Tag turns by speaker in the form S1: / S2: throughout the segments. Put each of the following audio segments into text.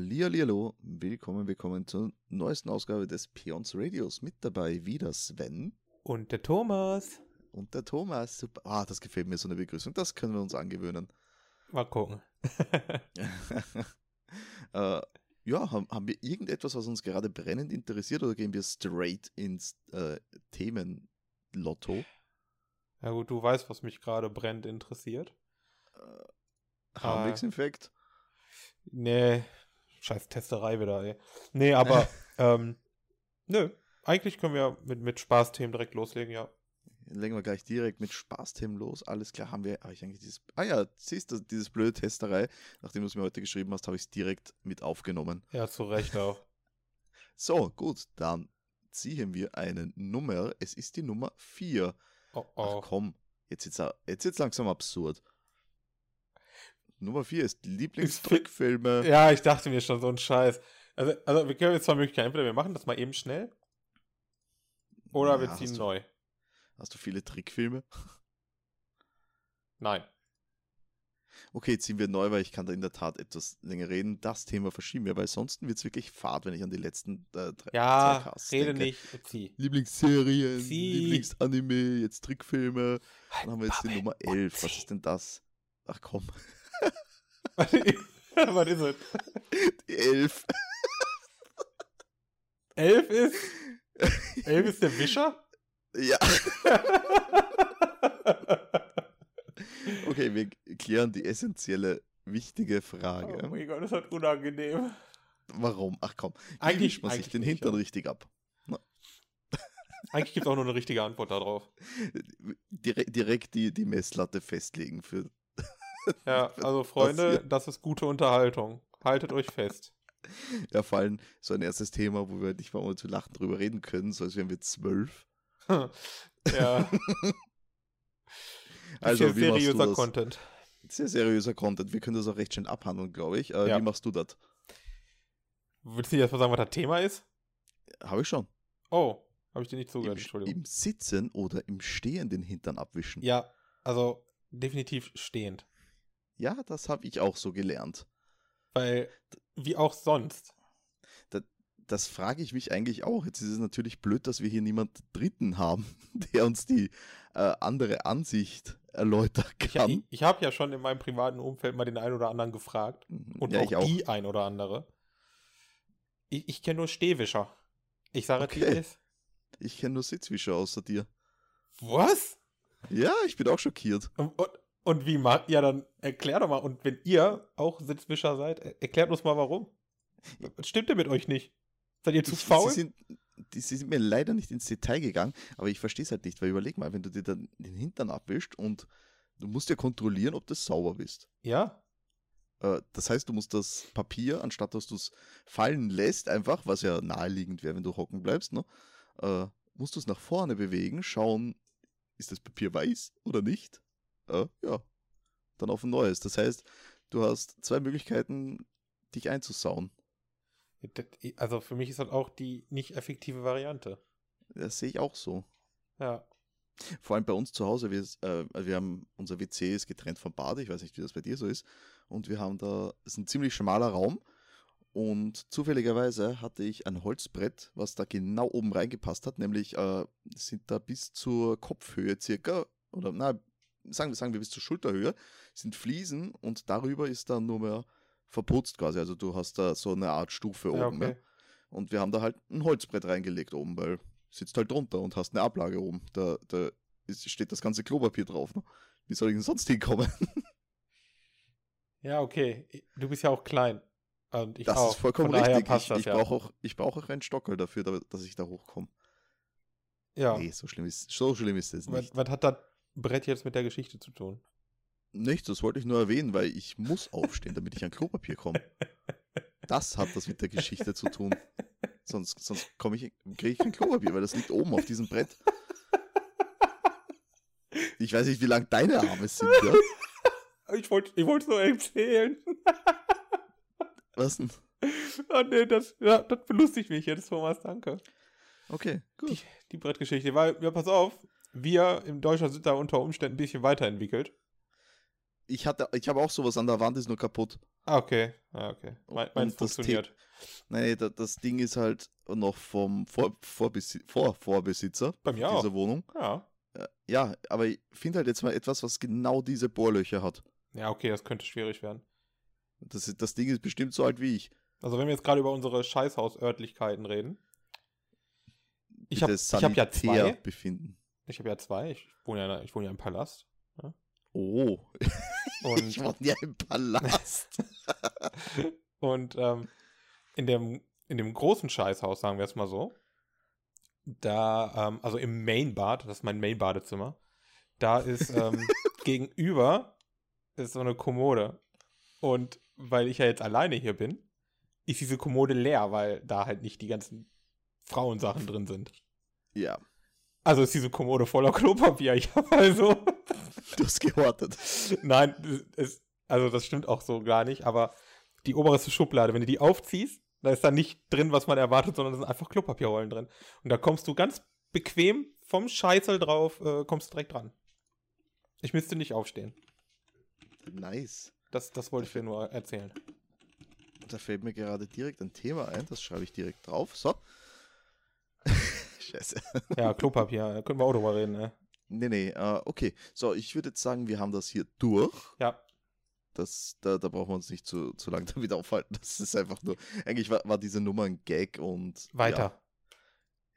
S1: Hallihallo, willkommen, willkommen zur neuesten Ausgabe des Peons Radios. Mit dabei wieder Sven
S2: Und der Thomas.
S1: und der Thomas. Super. Ah, das gefällt mir so eine Begrüßung, das können wir uns angewöhnen.
S2: Mal gucken.
S1: Äh, ja, haben, haben wir irgendetwas, was uns gerade brennend interessiert oder gehen wir straight ins äh, Themenlotto?
S2: Na gut, du weißt, was mich gerade brennt interessiert.
S1: Harmwegsinfekt?
S2: Nee, scheiß Testerei wieder, ey. Nee, aber, ähm, nö. Eigentlich können wir mit, mit Spaßthemen direkt loslegen, ja.
S1: Legen wir gleich direkt mit Spaßthemen los. Alles klar, haben wir. Hab ich eigentlich dieses. Ah ja, siehst du, dieses blöde Testerei. Nachdem du es mir heute geschrieben hast, habe ich es direkt mit aufgenommen.
S2: Ja, zu Recht auch.
S1: So, gut, dann ziehen wir eine Nummer. Es ist die Nummer 4.
S2: Oh,
S1: Ach
S2: oh.
S1: komm, jetzt ist jetzt wird's langsam absurd. Nummer 4 ist Lieblingsdrückfilme.
S2: Ja, ich dachte mir schon, so ein Scheiß. Also, also wir können jetzt zwei Möglichkeiten. Entweder wir machen das mal eben schnell. Oder wir
S1: Ja,
S2: ziehen
S1: hast du-
S2: neu.
S1: Hast du viele Trickfilme?
S2: Nein.
S1: Okay, ziehen wir neu, weil ich kann da in der Tat etwas länger reden. Das Thema verschieben wir, weil sonst wird's wirklich fad, wenn ich an die letzten äh, drei zwei
S2: Ja,
S1: Casts
S2: rede
S1: denke.
S2: nicht, zieh.
S1: Lieblingsserien,
S2: Zieh.
S1: Lieblingsanime, jetzt Trickfilme.
S2: Halt
S1: Dann haben wir jetzt die
S2: Bubble
S1: Nummer
S2: und
S1: 11. Was
S2: zieh.
S1: ist denn das? Ach komm,
S2: was ist es?
S1: die 11.
S2: Elf ist. Elf ist der Wischer?
S1: Ja. Okay, wir klären die essentielle, wichtige
S2: Oh
S1: Frage.
S2: mein Gott, das hat unangenehm.
S1: Warum? Ach komm, wie
S2: Eigentlich,
S1: wischt man sich
S2: eigentlich,
S1: den
S2: nicht,
S1: Hintern
S2: ja.
S1: richtig ab.
S2: eigentlich gibt es auch nur eine richtige Antwort darauf.
S1: Dire direkt die, die Messlatte festlegen für.
S2: Ja, also Freunde,
S1: passiert?
S2: das ist gute Unterhaltung. Haltet euch fest.
S1: Ja, vor allem so ein erstes Thema, wo wir nicht mal ohne zu lachen drüber reden können, so als wären wir zwölf.
S2: Ja,
S1: Also,
S2: ist
S1: wie
S2: ja
S1: machst du
S2: seriöser
S1: das?
S2: Content.
S1: Sehr seriöser Content. Wir können das auch recht schön abhandeln, glaube ich. Äh,
S2: Ja.
S1: Wie machst du das?
S2: Willst du dir erstmal sagen, was das Thema ist?
S1: Habe ich schon.
S2: Oh, habe ich dir nicht
S1: Im,
S2: zugehört, Entschuldigung.
S1: Im Sitzen oder im Stehen den Hintern abwischen.
S2: Ja, also definitiv stehend.
S1: ja das habe ich auch so gelernt.
S2: Weil, wie auch sonst.
S1: Das frage ich mich eigentlich auch. Jetzt ist es natürlich blöd, dass wir hier niemand Dritten haben, der uns die äh, andere Ansicht erläutern
S2: Ich, ich,
S1: kann.
S2: ich habe ja schon in meinem privaten Umfeld mal den einen oder anderen gefragt.
S1: Mhm,
S2: Und auch, die ein oder andere. Ich, ich kenne nur Stehwischer. Ich sage, die
S1: Okay.
S2: ist.
S1: Ich kenne nur Sitzwischer außer dir.
S2: Was?
S1: Ja, ich bin auch schockiert.
S2: Und, und, und wie macht Ja, dann erklär doch mal. Und wenn ihr auch Sitzwischer seid, er- erklärt uns mal warum. Was Stimmt denn mit euch nicht? Seid ihr zu
S1: Ich-
S2: faul?
S1: Sie sind, die, sie sind mir leider nicht ins Detail gegangen, aber ich verstehe es halt nicht, weil überleg mal, wenn du dir dann den Hintern abwischst und du musst ja kontrollieren, ob das sauber bist.
S2: ja.
S1: Äh, Das heißt, du musst das Papier, anstatt dass du es fallen lässt, einfach, was ja naheliegend wäre, wenn du hocken bleibst, ne? äh, musst du es nach vorne bewegen, schauen, ist das Papier weiß oder nicht? Äh, ja, dann auf ein neues. Das heißt, du hast zwei Möglichkeiten, dich einzusauen.
S2: Das- Also für mich ist das auch die nicht effektive Variante.
S1: Das sehe ich auch so.
S2: Ja.
S1: Vor allem bei uns zu Hause, wir, äh, wir haben unser WC ist getrennt vom Bad, ich weiß nicht, wie das bei dir so ist. Und wir haben da, es ist ein ziemlich schmaler Raum. Und zufälligerweise hatte ich ein Holzbrett, was da genau oben reingepasst hat, nämlich äh, sind da bis zur Kopfhöhe circa, oder na, sagen wir, sagen wir bis zur Schulterhöhe, sind Fliesen und darüber ist dann nur mehr verputzt quasi. Also du hast da so eine Art Stufe
S2: ja,
S1: oben. ne? Ja. Und wir haben da halt ein Holzbrett reingelegt oben, weil sitzt halt drunter und hast eine Ablage oben. Da, da ist, steht das ganze Klopapier drauf. Ne? Wie soll ich denn sonst hinkommen?
S2: ja, okay. Du bist ja auch klein. Und ich
S1: das
S2: auch.
S1: ist vollkommen
S2: Von daher
S1: richtig.
S2: Passt
S1: Ich,
S2: das,
S1: ich
S2: ja.
S1: brauche auch, ich brauch auch einen Stockel dafür, da- dass ich da hochkomme.
S2: ja.
S1: Nee, so schlimm ist so schlimm ist es
S2: was,
S1: nicht.
S2: was hat das Brett jetzt mit der Geschichte zu tun?
S1: Nichts, das wollte ich nur erwähnen, weil ich muss aufstehen, damit ich an Klopapier komme. Das hat das mit der Geschichte zu tun. Sonst, sonst komme ich, kriege ich kein Klopapier, weil das liegt oben auf diesem Brett. Ich weiß nicht, wie lang deine Arme sind, ja?
S2: Ich wollte ich wollte nur erzählen.
S1: Was denn?
S2: Oh nee, das, ja, das belustigt mich jetzt, Thomas, danke.
S1: Okay,
S2: Die, die Brettgeschichte, weil, ja, pass auf, wir in Deutschland sind da unter Umständen ein bisschen weiterentwickelt.
S1: Ich hatte, ich habe auch sowas an der Wand, ist nur kaputt.
S2: Ah, okay. Ah, okay. Mein,
S1: Und
S2: mein
S1: das
S2: funktioniert.
S1: Nein, da- das Ding ist halt noch vom Vor Vorbesi Vor Vorbesitzer
S2: Bei mir
S1: dieser
S2: auch.
S1: Wohnung.
S2: Ja.
S1: Äh, Ja, aber ich finde halt jetzt mal etwas, was genau diese Bohrlöcher hat.
S2: Ja, okay, das könnte schwierig werden.
S1: Das, ist- das Ding ist bestimmt so alt wie ich.
S2: Also wenn wir jetzt gerade über unsere Scheißhausörtlichkeiten reden. Ich habe
S1: Bitte
S2: hab ja
S1: sanitär
S2: zwei.
S1: befinden.
S2: Ich habe ja zwei. Ich wohne ja, in einer- ich wohne ja im Palast.
S1: Oh, ich
S2: Und,
S1: wohne ja im Palast.
S2: und ähm, in, dem, in dem großen Scheißhaus, sagen wir es mal so, da, ähm, also im Mainbad, das ist mein Main-Badezimmer, da ist ähm, gegenüber ist so eine Kommode. Und weil ich ja jetzt alleine hier bin, ist diese Kommode leer, weil da halt nicht die ganzen Frauensachen drin sind.
S1: ja,
S2: Also ist diese Kommode voller Klopapier. Ich habe also.
S1: du hast gehortet.
S2: Nein, es, es- also das stimmt auch so gar nicht, aber die oberste Schublade, wenn du die aufziehst, da ist da nicht drin, was man erwartet, sondern da sind einfach Klopapierrollen drin. Und da kommst du ganz bequem vom Scheißel drauf, äh, kommst du direkt dran. Ich müsste nicht aufstehen.
S1: Nice.
S2: Das, das wollte ich dir nur erzählen.
S1: Da fällt mir gerade direkt ein Thema ein, das schreibe ich direkt drauf. So. Scheiße.
S2: Ja, Klopapier, da können wir auch drüber reden, ne?
S1: Nee, nee, äh, okay. So, ich würde jetzt sagen, wir haben das hier durch.
S2: Ja.
S1: Das, da, da brauchen wir uns nicht zu, zu lange damit aufhalten. Das ist einfach nur. Eigentlich war, war diese Nummer ein Gag und. Ja,
S2: Weiter.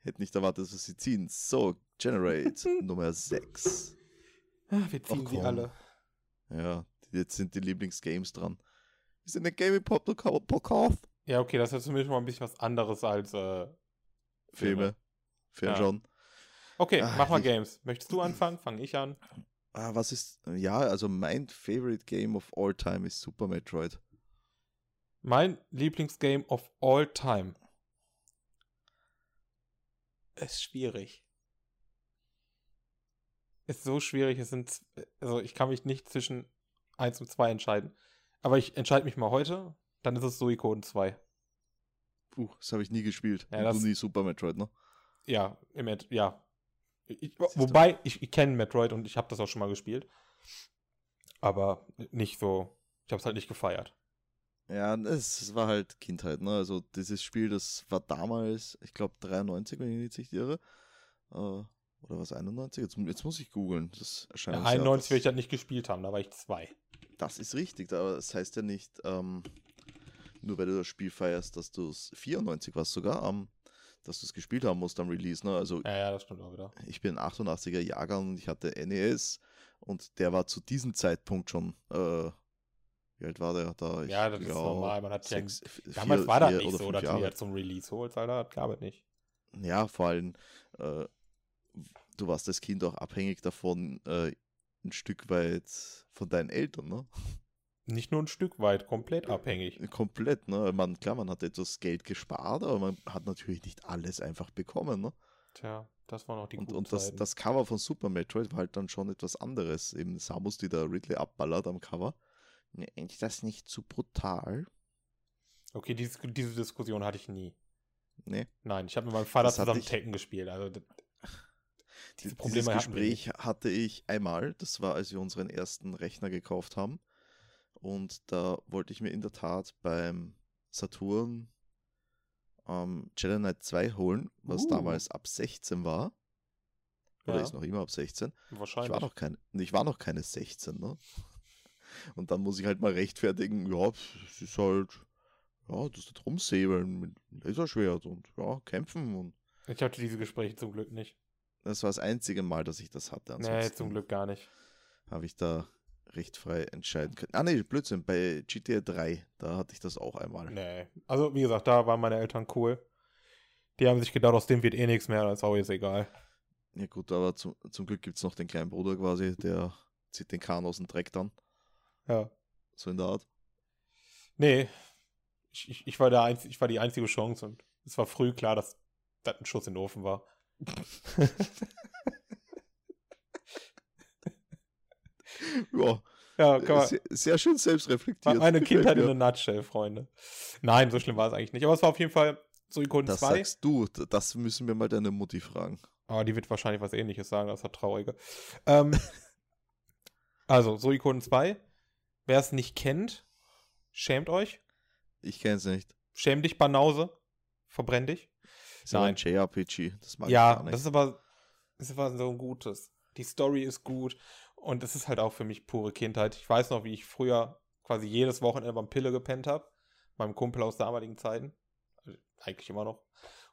S1: hätte nicht erwartet, dass wir sie ziehen. So, Generate Nummer 6.
S2: Ah, wir ziehen
S1: Ach,
S2: sie
S1: komm.
S2: alle.
S1: Ja, jetzt sind die Lieblingsgames dran. Wir sind ein Gaming Podcast.
S2: Ja, okay, das ist zumindest mal ein bisschen was anderes als. Äh, Genau.
S1: Filme. Fernschauen.
S2: okay,
S1: Ah,
S2: mach mal
S1: ich-
S2: Games. Möchtest du anfangen? Fange ich an.
S1: Ah, was ist. Ja, also mein favorite Game of all time ist Super Metroid.
S2: Mein Lieblingsgame of all time. Ist schwierig. Ist so schwierig. Es sind, z- also ich kann mich nicht zwischen 1 und 2 entscheiden. Aber ich entscheide mich mal heute, dann ist es Suikoden 2.
S1: Puh, das habe ich nie gespielt.
S2: Ja,
S1: Und
S2: das-
S1: du nie Super Metroid, ne?
S2: Ja, im Ed ja. Ich,
S1: Siehst du.
S2: wobei, ich, ich kenne Metroid und ich habe das auch schon mal gespielt. Aber nicht so. Ich habe es halt nicht gefeiert.
S1: Ja, es war halt Kindheit, ne? Also dieses Spiel, das war damals, ich glaube 93, wenn ich mich nicht irre. Äh, oder was 91? Jetzt, jetzt muss ich googeln. Das erscheint.
S2: Ja,
S1: ja,
S2: 91 will ich
S1: das,
S2: das nicht gespielt haben, da war ich 2.
S1: das ist richtig, aber das heißt ja nicht, ähm, nur weil du das Spiel feierst, dass du es 94 warst sogar, ähm, dass du es gespielt haben musst am Release, ne? Also
S2: Ja, ja, das stimmt auch wieder.
S1: ich bin 88er Jahrgang und ich hatte NES und der war zu diesem Zeitpunkt schon, äh, wie alt war der da? Ich
S2: Ja, das ist
S1: glaub,
S2: normal, man hat ja
S1: sechs, f-
S2: Damals
S1: vier-
S2: war das
S1: vier
S2: nicht
S1: oder
S2: so,
S1: fünf
S2: dass du
S1: Jahre.
S2: die ja zum Release holst, Alter. Das gab es nicht.
S1: Ja, vor allem, äh, du warst als Kind auch abhängig davon, äh, ein Stück weit von deinen Eltern, ne?
S2: Nicht nur ein Stück weit, komplett abhängig.
S1: Komplett, ne? Man, klar, man hat etwas Geld gespart, aber man hat natürlich nicht alles einfach bekommen, ne?
S2: Tja, das waren auch die
S1: Und,
S2: guten
S1: und das,
S2: Zeiten.
S1: das Cover von Super Metroid war halt dann schon etwas anderes. Eben Samus, die da Ridley abballert am Cover. Ne, Ist das nicht zu brutal?
S2: okay, diese, diese Diskussion hatte ich nie.
S1: Nee.
S2: Nein, ich habe mit meinem Vater
S1: Das hatte
S2: zusammen
S1: ich-
S2: Tekken gespielt. Also, d- diese
S1: Dieses
S2: Probleme hatten wir
S1: Gespräch hatte ich einmal. Das war, als wir unseren ersten Rechner gekauft haben. Und da wollte ich mir in der Tat beim Saturn ähm, Jedi Knight 2 holen, was
S2: Uh.
S1: damals ab 16 war. Oder
S2: Ja.
S1: ist noch immer ab 16. Ich war
S2: wahrscheinlich.
S1: noch, kein, ich war noch keine 16, ne? Und dann muss ich halt mal rechtfertigen, ja, pf, es ist halt, ja, das ist rumsäbeln mit Laserschwert und ja, kämpfen. Und
S2: Ich hatte diese Gespräche zum Glück nicht.
S1: das war das einzige Mal, dass ich das hatte.
S2: Nee, zum Glück gar nicht.
S1: habe ich da recht frei entscheiden können. Ah, nee, Blödsinn, bei GTA 3, da hatte ich das auch einmal.
S2: Nee. Also, wie gesagt, da waren meine Eltern cool. Die haben sich gedacht, aus dem wird eh nichts mehr, dann ist auch jetzt egal.
S1: Ja, gut, aber zum, zum Glück gibt es noch den kleinen Bruder quasi, der zieht den Kahn aus dem Dreck dann,
S2: Ja.
S1: so in der Art.
S2: Nee. Ich, ich, ich, war der einz ich war die einzige Chance und es war früh klar, dass das ein Schuss in den Ofen war.
S1: Ja,
S2: Ja, kann man,
S1: sehr, sehr schön
S2: war
S1: selbstreflektiert.
S2: meine
S1: Gefällt
S2: Kindheit in
S1: mir.
S2: a nutshell, Freunde. Nein, so schlimm war es eigentlich nicht. Aber es war auf jeden Fall Suikoden
S1: Das
S2: 2.
S1: sagst du, d- das müssen wir mal deine Mutti fragen.
S2: Aber Ah, die wird wahrscheinlich was ähnliches sagen, das ist ja trauriger. Ähm, also, Suikoden 2. Wer es nicht kennt, Schämt euch.
S1: Ich kenne es nicht.
S2: Schäm dich, Banause. Verbrenn dich.
S1: Ist aber
S2: Nein.
S1: ein JRPG. Das mag ich
S2: ja,
S1: gar nicht.
S2: das ist aber, das ist aber so ein gutes. Die Story ist gut und es ist halt auch für mich pure Kindheit. Ich weiß noch, wie ich früher quasi jedes Wochenende beim Pille gepennt habe. Meinem Kumpel aus damaligen Zeiten. Also Eigentlich immer noch.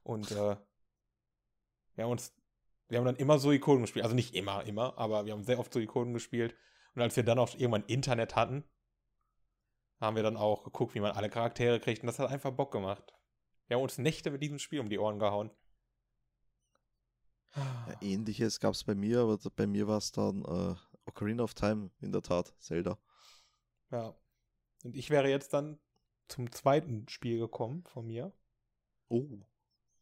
S2: Und äh, wir haben uns, wir haben dann immer Suikoden gespielt. Also nicht immer, immer, aber wir haben sehr oft Suikoden gespielt. Und als wir dann auch irgendwann Internet hatten, haben wir dann auch geguckt, wie man alle Charaktere kriegt. Und das hat einfach Bock gemacht. Wir haben uns Nächte mit diesem Spiel um die Ohren gehauen.
S1: Ja, Ähnliches gab es bei mir, aber da- bei mir war es dann äh, Ocarina of Time, in der Tat, Zelda.
S2: Ja. Und ich wäre jetzt dann zum zweiten Spiel gekommen von mir.
S1: Oh,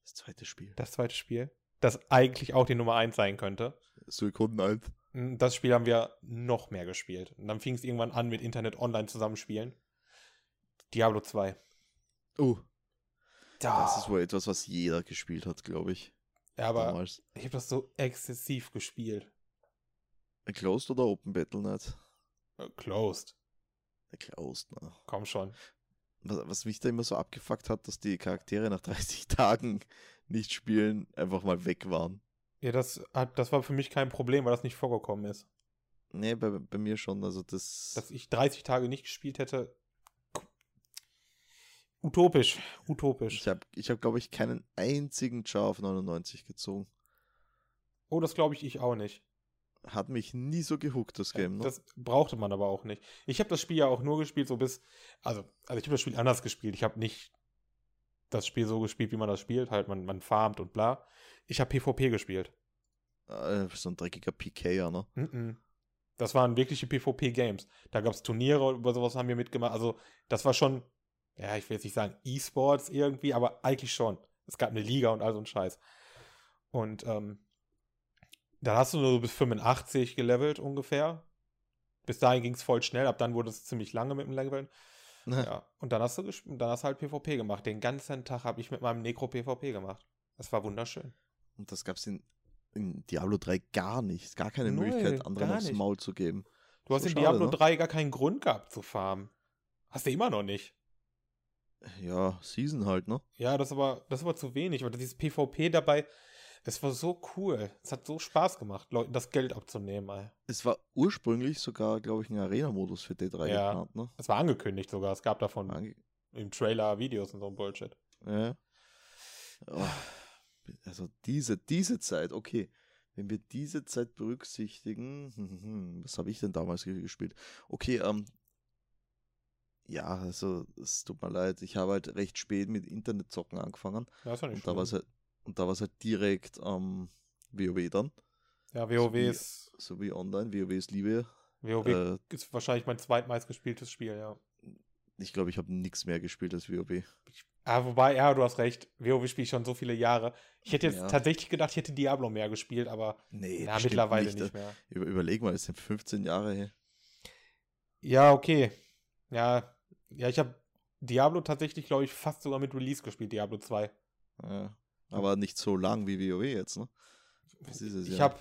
S1: das zweite Spiel.
S2: Das zweite Spiel, das eigentlich auch die Nummer 1 sein könnte.
S1: Suikoden 1.
S2: Das Spiel haben wir noch mehr gespielt. Und dann fing es irgendwann an mit Internet online zusammenspielen. Diablo 2.
S1: Oh,
S2: Da.
S1: das ist wohl etwas, was jeder gespielt hat, glaube ich.
S2: ja, aber
S1: damals.
S2: ich habe das so exzessiv gespielt.
S1: Closed oder Open Battle.net?
S2: Äh, Closed.
S1: Closed, ne?
S2: Komm schon.
S1: was, was mich da immer so abgefuckt hat, dass die Charaktere nach 30 Tagen nicht spielen, einfach mal weg waren.
S2: Ja, das, hat, das war für mich kein Problem, weil das nicht vorgekommen ist.
S1: Nee, bei, bei mir schon. Also das,
S2: Dass ich 30 Tage nicht gespielt hätte. Utopisch. Utopisch.
S1: ich habe, ich hab, glaube ich, keinen einzigen Char auf 99 gezogen.
S2: Oh, das glaube ich ich auch nicht.
S1: Hat mich nie so gehuckt, das Game. Ne?
S2: Das brauchte man aber auch nicht. Ich habe das Spiel ja auch nur gespielt, so bis. Also, also ich habe das Spiel anders gespielt. Ich habe nicht das Spiel so gespielt, wie man das spielt. Halt, man, man farmt und bla. Ich habe PvP gespielt.
S1: Äh, so ein dreckiger PKer, ne?
S2: Mhm. Das waren wirkliche PvP-Games. Da gab es Turniere, über sowas haben wir mitgemacht. Also, das war schon, ja, ich will jetzt nicht sagen E-Sports irgendwie, aber eigentlich schon. Es gab eine Liga und all so ein Scheiß. Und ähm, dann hast du nur so bis 85 gelevelt ungefähr. Bis dahin ging es voll schnell, ab dann wurde es ziemlich lange mit dem Leveln.
S1: Ne.
S2: Ja. Und dann hast du gesp- dann hast du halt PvP gemacht. Den ganzen Tag habe ich mit meinem Necro PvP gemacht. Das war wunderschön.
S1: Und das gab es in, in Diablo 3 gar nicht. Gar keine
S2: Null,
S1: Möglichkeit, anderen
S2: gar
S1: aufs
S2: nicht.
S1: Maul zu geben.
S2: Du hast
S1: So
S2: in
S1: schade,
S2: Diablo
S1: ne?
S2: 3 gar keinen Grund gehabt zu farmen. Hast du immer noch nicht.
S1: Ja, Season halt, ne?
S2: Ja, das ist aber, das ist aber zu wenig, weil dieses PvP dabei, es war so cool. Es hat so Spaß gemacht, Leuten das Geld abzunehmen, ey.
S1: Es war ursprünglich sogar, glaube ich, ein Arena-Modus für D3
S2: Ja.
S1: geplant, ne?
S2: Es war angekündigt sogar, es gab davon
S1: Ange
S2: im Trailer Videos und so ein Bullshit.
S1: Ja. Oh. Also diese, diese Zeit, okay. Wenn wir diese Zeit berücksichtigen, hm, hm, hm, was habe ich denn damals ge- gespielt? Okay, ähm, ja, also es tut mir leid, ich habe halt recht spät mit Internetzocken angefangen
S2: Ja, ist doch nicht
S1: und da war es
S2: schlimm.
S1: halt, und da war es halt direkt ähm, WoW dann,
S2: Ja, WoW
S1: wie-
S2: ist,
S1: sowie online, WoW ist Liebe.
S2: WoW
S1: Äh,
S2: ist wahrscheinlich mein zweitmeistgespieltes Spiel, ja.
S1: ich glaube, ich habe nichts mehr gespielt als WoW.
S2: Ah, wobei, ja, du hast recht. WoW spiele ich schon so viele Jahre. Ich hätte jetzt
S1: Ja.
S2: tatsächlich gedacht, ich hätte Diablo mehr gespielt, aber
S1: Nee,
S2: ja,
S1: bestimmt
S2: mittlerweile nicht,
S1: Äh,
S2: mehr.
S1: Über, überleg mal, das sind 15 Jahre her.
S2: Ja, okay. Ja, ja, ich habe Diablo tatsächlich, glaube ich, fast sogar mit Release gespielt, Diablo 2.
S1: Ja. Aber nicht so lang wie WoW jetzt, ne? Das ist es
S2: ich
S1: ja.
S2: habe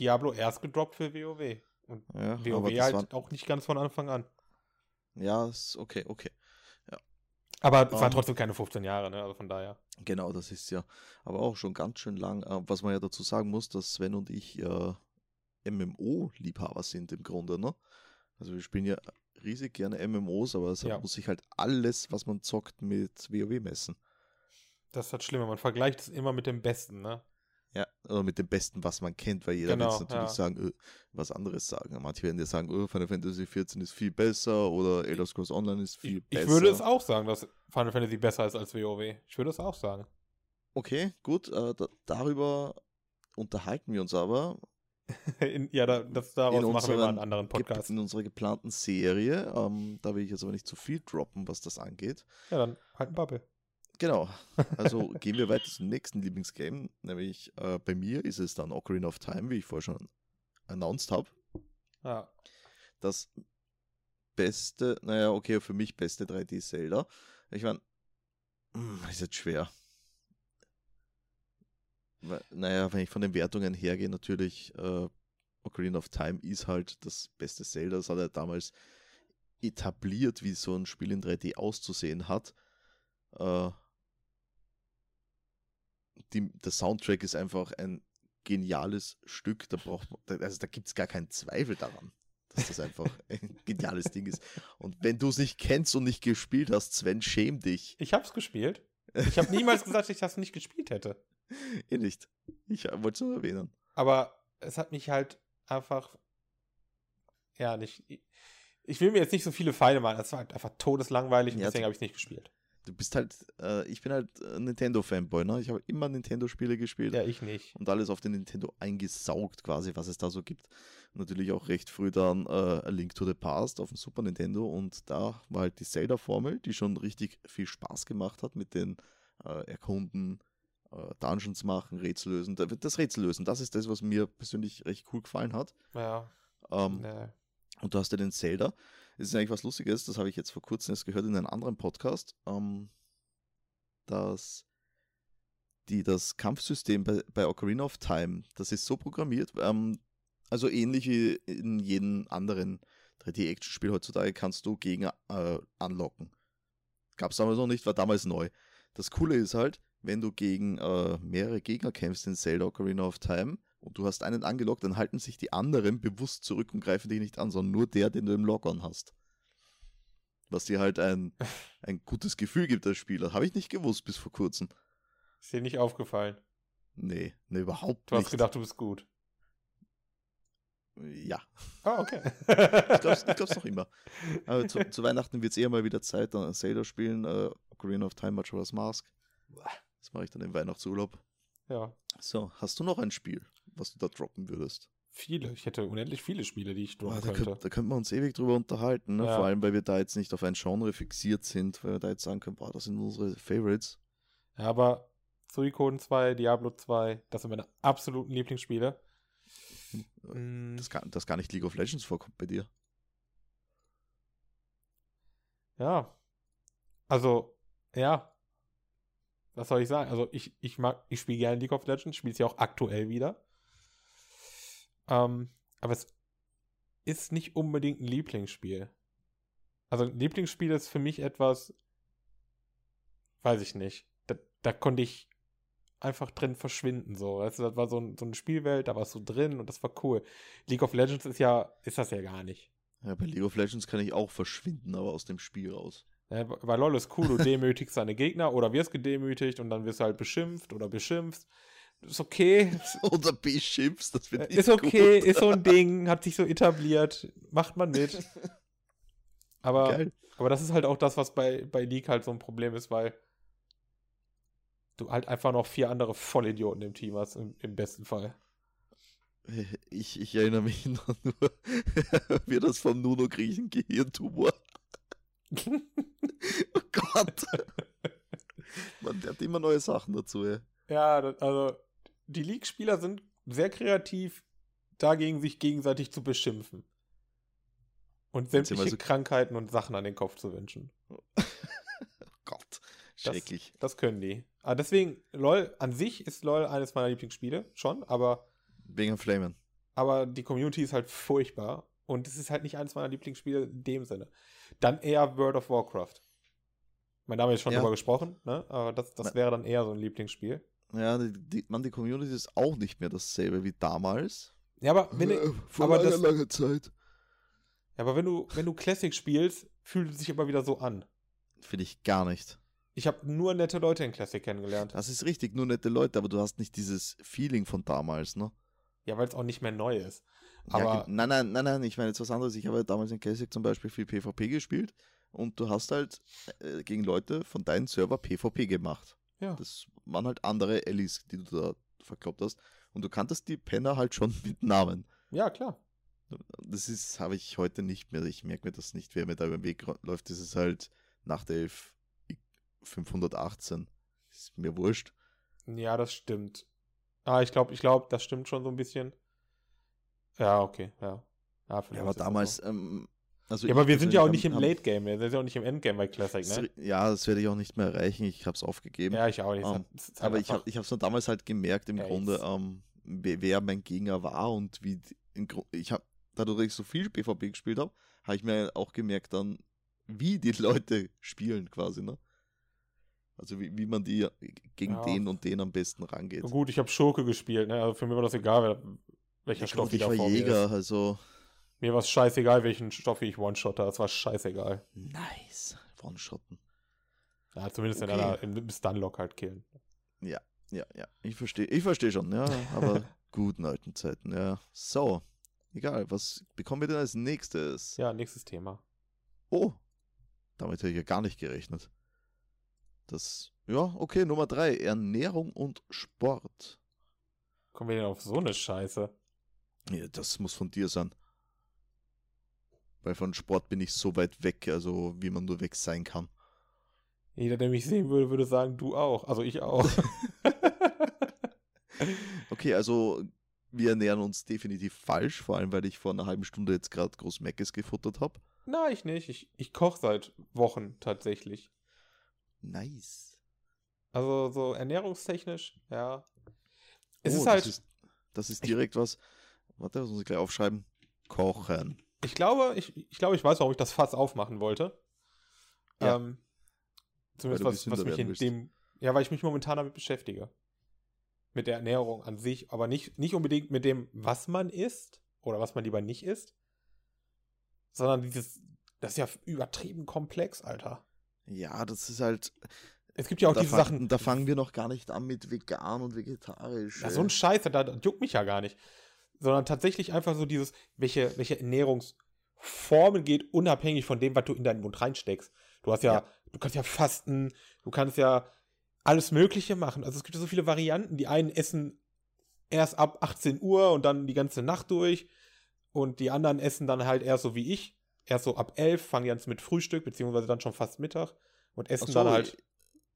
S2: Diablo erst gedroppt für WoW. Und
S1: Ja, aber
S2: WoW
S1: das
S2: halt
S1: waren,
S2: auch nicht ganz von Anfang an.
S1: ja, ist okay, okay.
S2: Aber es
S1: Ähm.
S2: waren trotzdem keine 15 Jahre, ne? Also von daher.
S1: Genau, das ist ja aber auch schon ganz schön lang. Äh, Was man ja dazu sagen muss, dass Sven und ich äh, MMO-Liebhaber sind im Grunde, ne? Also wir spielen ja riesig gerne MMOs, aber es
S2: Ja.
S1: muss sich halt alles, was man zockt, mit WoW messen.
S2: Das ist halt schlimmer. Man vergleicht es immer mit dem Besten, ne?
S1: Ja, oder mit dem Besten, was man kennt, weil jeder
S2: Genau,
S1: wird natürlich
S2: ja.
S1: sagen, äh, was anderes sagen. Manche werden dir sagen, oh, Final Fantasy 14 ist viel besser oder Elder Scrolls Online ist viel
S2: Ich,
S1: besser.
S2: ich würde es auch sagen, dass Final Fantasy besser ist als WoW. Ich würde es auch sagen.
S1: Okay, gut, äh, da, darüber unterhalten wir uns aber
S2: In, ja, da, das, daraus
S1: In
S2: machen wir mal
S1: unseren
S2: einen anderen
S1: gep-
S2: Podcast.
S1: in unserer geplanten Serie. Ähm, da will ich jetzt aber nicht zu viel droppen, was das angeht.
S2: Ja, dann halt ein Bubble.
S1: Genau, also gehen wir weiter zum nächsten Lieblingsgame, nämlich äh, bei mir ist es dann Ocarina of Time, wie ich vorher schon announced habe.
S2: Ja.
S1: Das beste, naja, okay, für mich beste 3D-Zelda. Ich meine, ist jetzt schwer. Weil, naja, wenn ich von den Wertungen hergehe, natürlich, äh, Ocarina of Time ist halt das beste Zelda. Das hat ja damals etabliert, wie so ein Spiel in 3D auszusehen hat. Äh, die, der Soundtrack ist einfach ein geniales Stück. Da braucht man, also da gibt es gar keinen Zweifel daran, dass das einfach ein geniales Ding ist. Und wenn du es nicht kennst und nicht gespielt hast, Sven, schäm dich.
S2: Ich hab's gespielt. Ich habe niemals gesagt, dass ich das nicht gespielt hätte.
S1: Ihr nicht. Ich wollte es nur erwähnen.
S2: Aber es hat mich halt einfach. Ja, nicht. Ich will mir jetzt nicht so viele Feinde machen. Es war halt einfach todeslangweilig und
S1: Ja,
S2: deswegen
S1: du-
S2: habe ich es nicht gespielt.
S1: Du bist halt, äh, ich bin halt äh, Nintendo-Fanboy, ne? Ich habe immer Nintendo-Spiele gespielt
S2: Ja, ich nicht.
S1: und alles auf den Nintendo eingesaugt, quasi, was es da so gibt. Und natürlich auch recht früh dann äh, A Link to the Past auf dem Super Nintendo und da war halt die Zelda-Formel, die schon richtig viel Spaß gemacht hat mit den äh, Erkunden, äh, Dungeons machen, Rätsel lösen. Da- Das Rätsel lösen, das ist das, was mir persönlich recht cool gefallen hat.
S2: Ja, ne,
S1: Ähm,
S2: nee.
S1: und du hast ja den Zelda. Das ist eigentlich was Lustiges, das habe ich jetzt vor kurzem erst gehört in einem anderen Podcast, ähm, dass die das Kampfsystem bei, bei Ocarina of Time, das ist so programmiert, ähm, also ähnlich wie in jedem anderen 3D-Action-Spiel heutzutage kannst du Gegner äh, anlocken. Gab es damals noch nicht, war damals neu. Das Coole ist halt, wenn du gegen äh, mehrere Gegner kämpfst in Zelda Ocarina of Time und du hast einen angelockt, dann halten sich die anderen bewusst zurück und greifen dich nicht an, sondern nur der, den du im Lock-on hast. Was dir halt ein, ein gutes Gefühl gibt als Spieler. Habe ich nicht gewusst bis vor kurzem.
S2: Ist dir nicht aufgefallen.
S1: Nee, nee, überhaupt
S2: Du hast
S1: nicht.
S2: gedacht, du bist gut.
S1: Ja,
S2: Ah, okay.
S1: ich glaube es noch immer. Aber zu, zu Weihnachten wird es eher mal wieder Zeit, dann Zelda spielen, äh, Ocarina of Time, Majora's Mask. Das mache ich dann im Weihnachtsurlaub.
S2: ja.
S1: So, hast du noch ein Spiel, was du da droppen würdest?
S2: Viele. Ich hätte unendlich viele Spiele, die ich tun
S1: Boah, Ah, da,
S2: könnte.
S1: könnte, da könnte man uns ewig drüber unterhalten, ne?
S2: Ja.
S1: vor allem, weil wir da jetzt nicht auf ein Genre fixiert sind, weil wir da jetzt sagen können, boah, das sind unsere Favorites.
S2: Ja, aber Suikoden 2, Diablo 2, das sind meine absoluten Lieblingsspiele.
S1: Hm.
S2: Mm,
S1: Das gar, das gar nicht League of Legends vorkommt bei dir.
S2: Ja. Also, ja. Was soll ich sagen? Also, ich, ich mag, ich spiele gerne League of Legends, spiele es ja auch aktuell wieder. Ähm, aber es ist nicht unbedingt ein Lieblingsspiel. Also, ein Lieblingsspiel ist für mich etwas, weiß ich nicht. Da, da konnte ich einfach drin verschwinden, so. Weißt du, das war so, ein, so eine Spielwelt, da warst du drin und das war cool. League of Legends ist ja, ist das ja gar nicht.
S1: Ja, bei League of Legends kann ich auch verschwinden, aber aus dem Spiel raus.
S2: Ne, Bei LOL ist cool, du demütigst deine Gegner oder wirst gedemütigt und dann wirst du halt beschimpft oder beschimpft. Ist okay.
S1: Oder beschimpfst, das finde ich
S2: Äh, Ist okay,
S1: gut.
S2: ist so ein Ding, hat sich so etabliert, macht man mit. Aber,
S1: Geil.
S2: aber das ist halt auch das, was bei, bei League halt so ein Problem ist, weil du halt einfach noch vier andere Vollidioten im Team hast, im, im besten Fall.
S1: Ich, ich erinnere mich noch nur, wie das vom Nuno Griechen Gehirntumor. Oh Gott. Man, der hat immer neue Sachen dazu, ey.
S2: ja, das, also die League-Spieler sind sehr kreativ, dagegen sich gegenseitig zu beschimpfen. Und
S1: Jetzt sind wir
S2: sämtliche
S1: so-
S2: Krankheiten und Sachen an den Kopf zu wünschen.
S1: Gott. Schrecklich.
S2: Das können die. Aber deswegen, LOL, an sich ist LOL eines meiner Lieblingsspiele, schon, aber,
S1: Wegen Flamen.
S2: aber die Community ist halt furchtbar. Und es ist halt nicht eines meiner Lieblingsspiele in dem Sinne. Dann eher World of Warcraft. Mein Name ist schon
S1: Ja.
S2: drüber gesprochen, ne? Aber das, das
S1: Na-
S2: wäre dann eher so ein Lieblingsspiel.
S1: Ja, die, die, man, die Community ist auch nicht mehr dasselbe wie damals.
S2: Ja, aber wenn, du-
S1: Vor
S2: aber das-
S1: langer Zeit.
S2: Ja, aber wenn du, wenn du Classic spielst, fühlt es sich immer wieder so an.
S1: Finde ich gar nicht.
S2: Ich habe nur nette Leute in Classic kennengelernt.
S1: Das ist richtig, nur nette Leute, aber du hast nicht dieses Feeling von damals, ne?
S2: Ja, weil es auch nicht mehr neu ist.
S1: Ja,
S2: Aber
S1: ge- nein, nein, nein, nein, ich meine jetzt was anderes. Ich habe ja damals in Classic zum Beispiel viel PvP gespielt und du hast halt äh, gegen Leute von deinem Server PvP gemacht.
S2: Ja.
S1: Das waren halt andere Allies, die du da verkloppt hast. Und du kanntest die Penner halt schon mit Namen.
S2: ja, klar.
S1: Das ist, habe ich heute nicht mehr. Ich merke mir das nicht, wer mir da über den Weg ra- läuft. Das ist halt nach der 11 518. Ist mir wurscht.
S2: Ja, das stimmt. Ah, ich glaube, ich glaube, das stimmt schon so ein bisschen. Ja, okay, ja. Ah, vielleicht
S1: Ja, aber
S2: ist das
S1: damals,
S2: so.
S1: ähm, also
S2: Ja,
S1: ich
S2: aber wir sind ja auch
S1: persönlich
S2: nicht im
S1: haben-
S2: Late Game, wir sind ja auch nicht im Endgame bei Classic,
S1: haben-
S2: ne?
S1: Ja, das werde ich auch nicht mehr erreichen. Ich habe es aufgegeben.
S2: Ja, ich auch nicht. Es
S1: Ähm,
S2: hat- es ist halt
S1: Aber ich
S2: einfach-
S1: habe es ich nur damals halt gemerkt, im
S2: Ja,
S1: Grunde,
S2: jetzt-
S1: ähm, wer wer mein Gegner war und wie. die- Im Grund, ich habe, dadurch, dass ich so viel PvP gespielt habe, habe ich mir auch gemerkt dann, wie die Leute spielen quasi, ne? Also wie, wie man die gegen
S2: Ja.
S1: den und den am besten rangeht.
S2: Gut, ich habe Schurke gespielt, ne? Also für mich war das egal, wer, welcher
S1: Ja,
S2: Stoff
S1: gut,
S2: ich
S1: ich
S2: da
S1: war
S2: vor mir
S1: Jäger,
S2: ist.
S1: also
S2: Mir war es scheißegal, welchen Stoff ich One-Shotter. Es war scheißegail.
S1: nice. One-Shotten.
S2: Ja, zumindest in
S1: Okay.
S2: einer, im Stunlock halt killen.
S1: Ja, ja, ich verstehe ich versteh schon, ja, aber guten alten Zeiten, ja. So, egal, was bekommen wir denn als nächstes?
S2: Ja, nächstes Thema.
S1: Oh, damit hätte ich ja gar nicht gerechnet. Das, ja, okay, Nummer drei, Ernährung und Sport.
S2: Kommen wir denn auf so eine Scheiße?
S1: Ja, das muss von dir sein. Weil von Sport bin ich so weit weg, also wie man nur weg sein kann.
S2: Jeder, der mich sehen würde, würde sagen, du auch. Also ich auch.
S1: Okay, also wir ernähren uns definitiv falsch, vor allem weil ich vor einer halben Stunde jetzt gerade groß Meckes gefuttert habe.
S2: Na, ich nicht. Ich, ich koche seit Wochen tatsächlich.
S1: Nice.
S2: Also so ernährungstechnisch, ja. Es
S1: Oh,
S2: ist halt,
S1: Das ist, das ist direkt was. Warte, das muss ich gleich aufschreiben. Kochen.
S2: ich glaube, ich, ich glaube, ich weiß, warum ich das Fass aufmachen wollte.
S1: Ja.
S2: Ähm, zumindest
S1: Weil du
S2: was,
S1: gesünder
S2: was mich
S1: werden
S2: in
S1: willst.
S2: dem, ja, weil ich mich momentan damit beschäftige. Mit der Ernährung an sich, aber nicht, nicht unbedingt mit dem, was man isst oder was man lieber nicht isst, sondern dieses, das ist ja übertrieben komplex, Alter.
S1: Ja, das ist halt.
S2: Es gibt ja auch
S1: da,
S2: diese
S1: fang,
S2: Sachen.
S1: da fangen wir noch gar nicht an mit vegan und vegetarisch.
S2: Ja,
S1: ey.
S2: so ein Scheiß, da, da juckt mich ja gar nicht. Sondern tatsächlich einfach so dieses, welche, welche Ernährungsformen geht, unabhängig von dem, was du in deinen Mund reinsteckst. Du hast ja,
S1: Ja.
S2: du kannst ja fasten, du kannst ja alles Mögliche machen. Also es gibt ja so viele Varianten. Die einen essen erst ab 18 Uhr und dann die ganze Nacht durch. Und die anderen essen dann halt erst so wie ich. Erst so ab 11 fangen die an mit Frühstück, beziehungsweise dann schon fast Mittag. Und essen
S1: Ach so,
S2: dann halt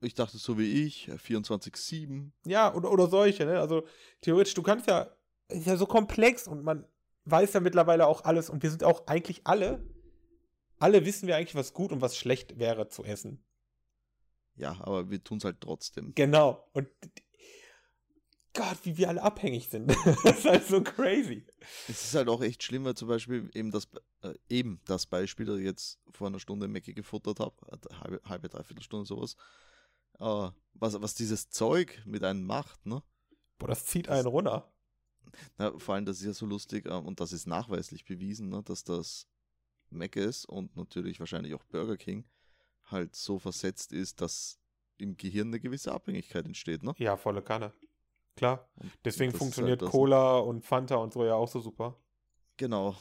S1: Ich dachte so wie ich, äh, 24-7.
S2: Ja, oder, oder solche, ne? Also theoretisch, du kannst ja, ist ja so komplex und man weiß ja mittlerweile auch alles und wir sind auch eigentlich alle, alle wissen wir eigentlich, was gut und was schlecht wäre zu essen.
S1: Ja, aber wir tun es halt trotzdem.
S2: Genau. Und Gott, wie wir alle abhängig sind. das ist halt so crazy.
S1: Es ist halt auch echt schlimm, weil zum Beispiel eben das, äh, eben das Beispiel, das ich jetzt vor einer Stunde Mecke gefuttert habe, halbe, halbe, dreiviertel Stunde sowas, äh, was, was dieses Zeug mit einem macht, ne?
S2: Boah, das zieht einen runter.
S1: Na, vor allem, das ist ja so lustig ähm, und das ist nachweislich bewiesen, ne, dass das Mac ist und natürlich wahrscheinlich auch Burger King halt so versetzt ist, dass im Gehirn eine gewisse Abhängigkeit entsteht. Ne?
S2: Ja, volle Kanne. Klar. Deswegen
S1: das ist
S2: funktioniert
S1: halt das-
S2: Cola und Fanta und so ja auch so super.
S1: Genau.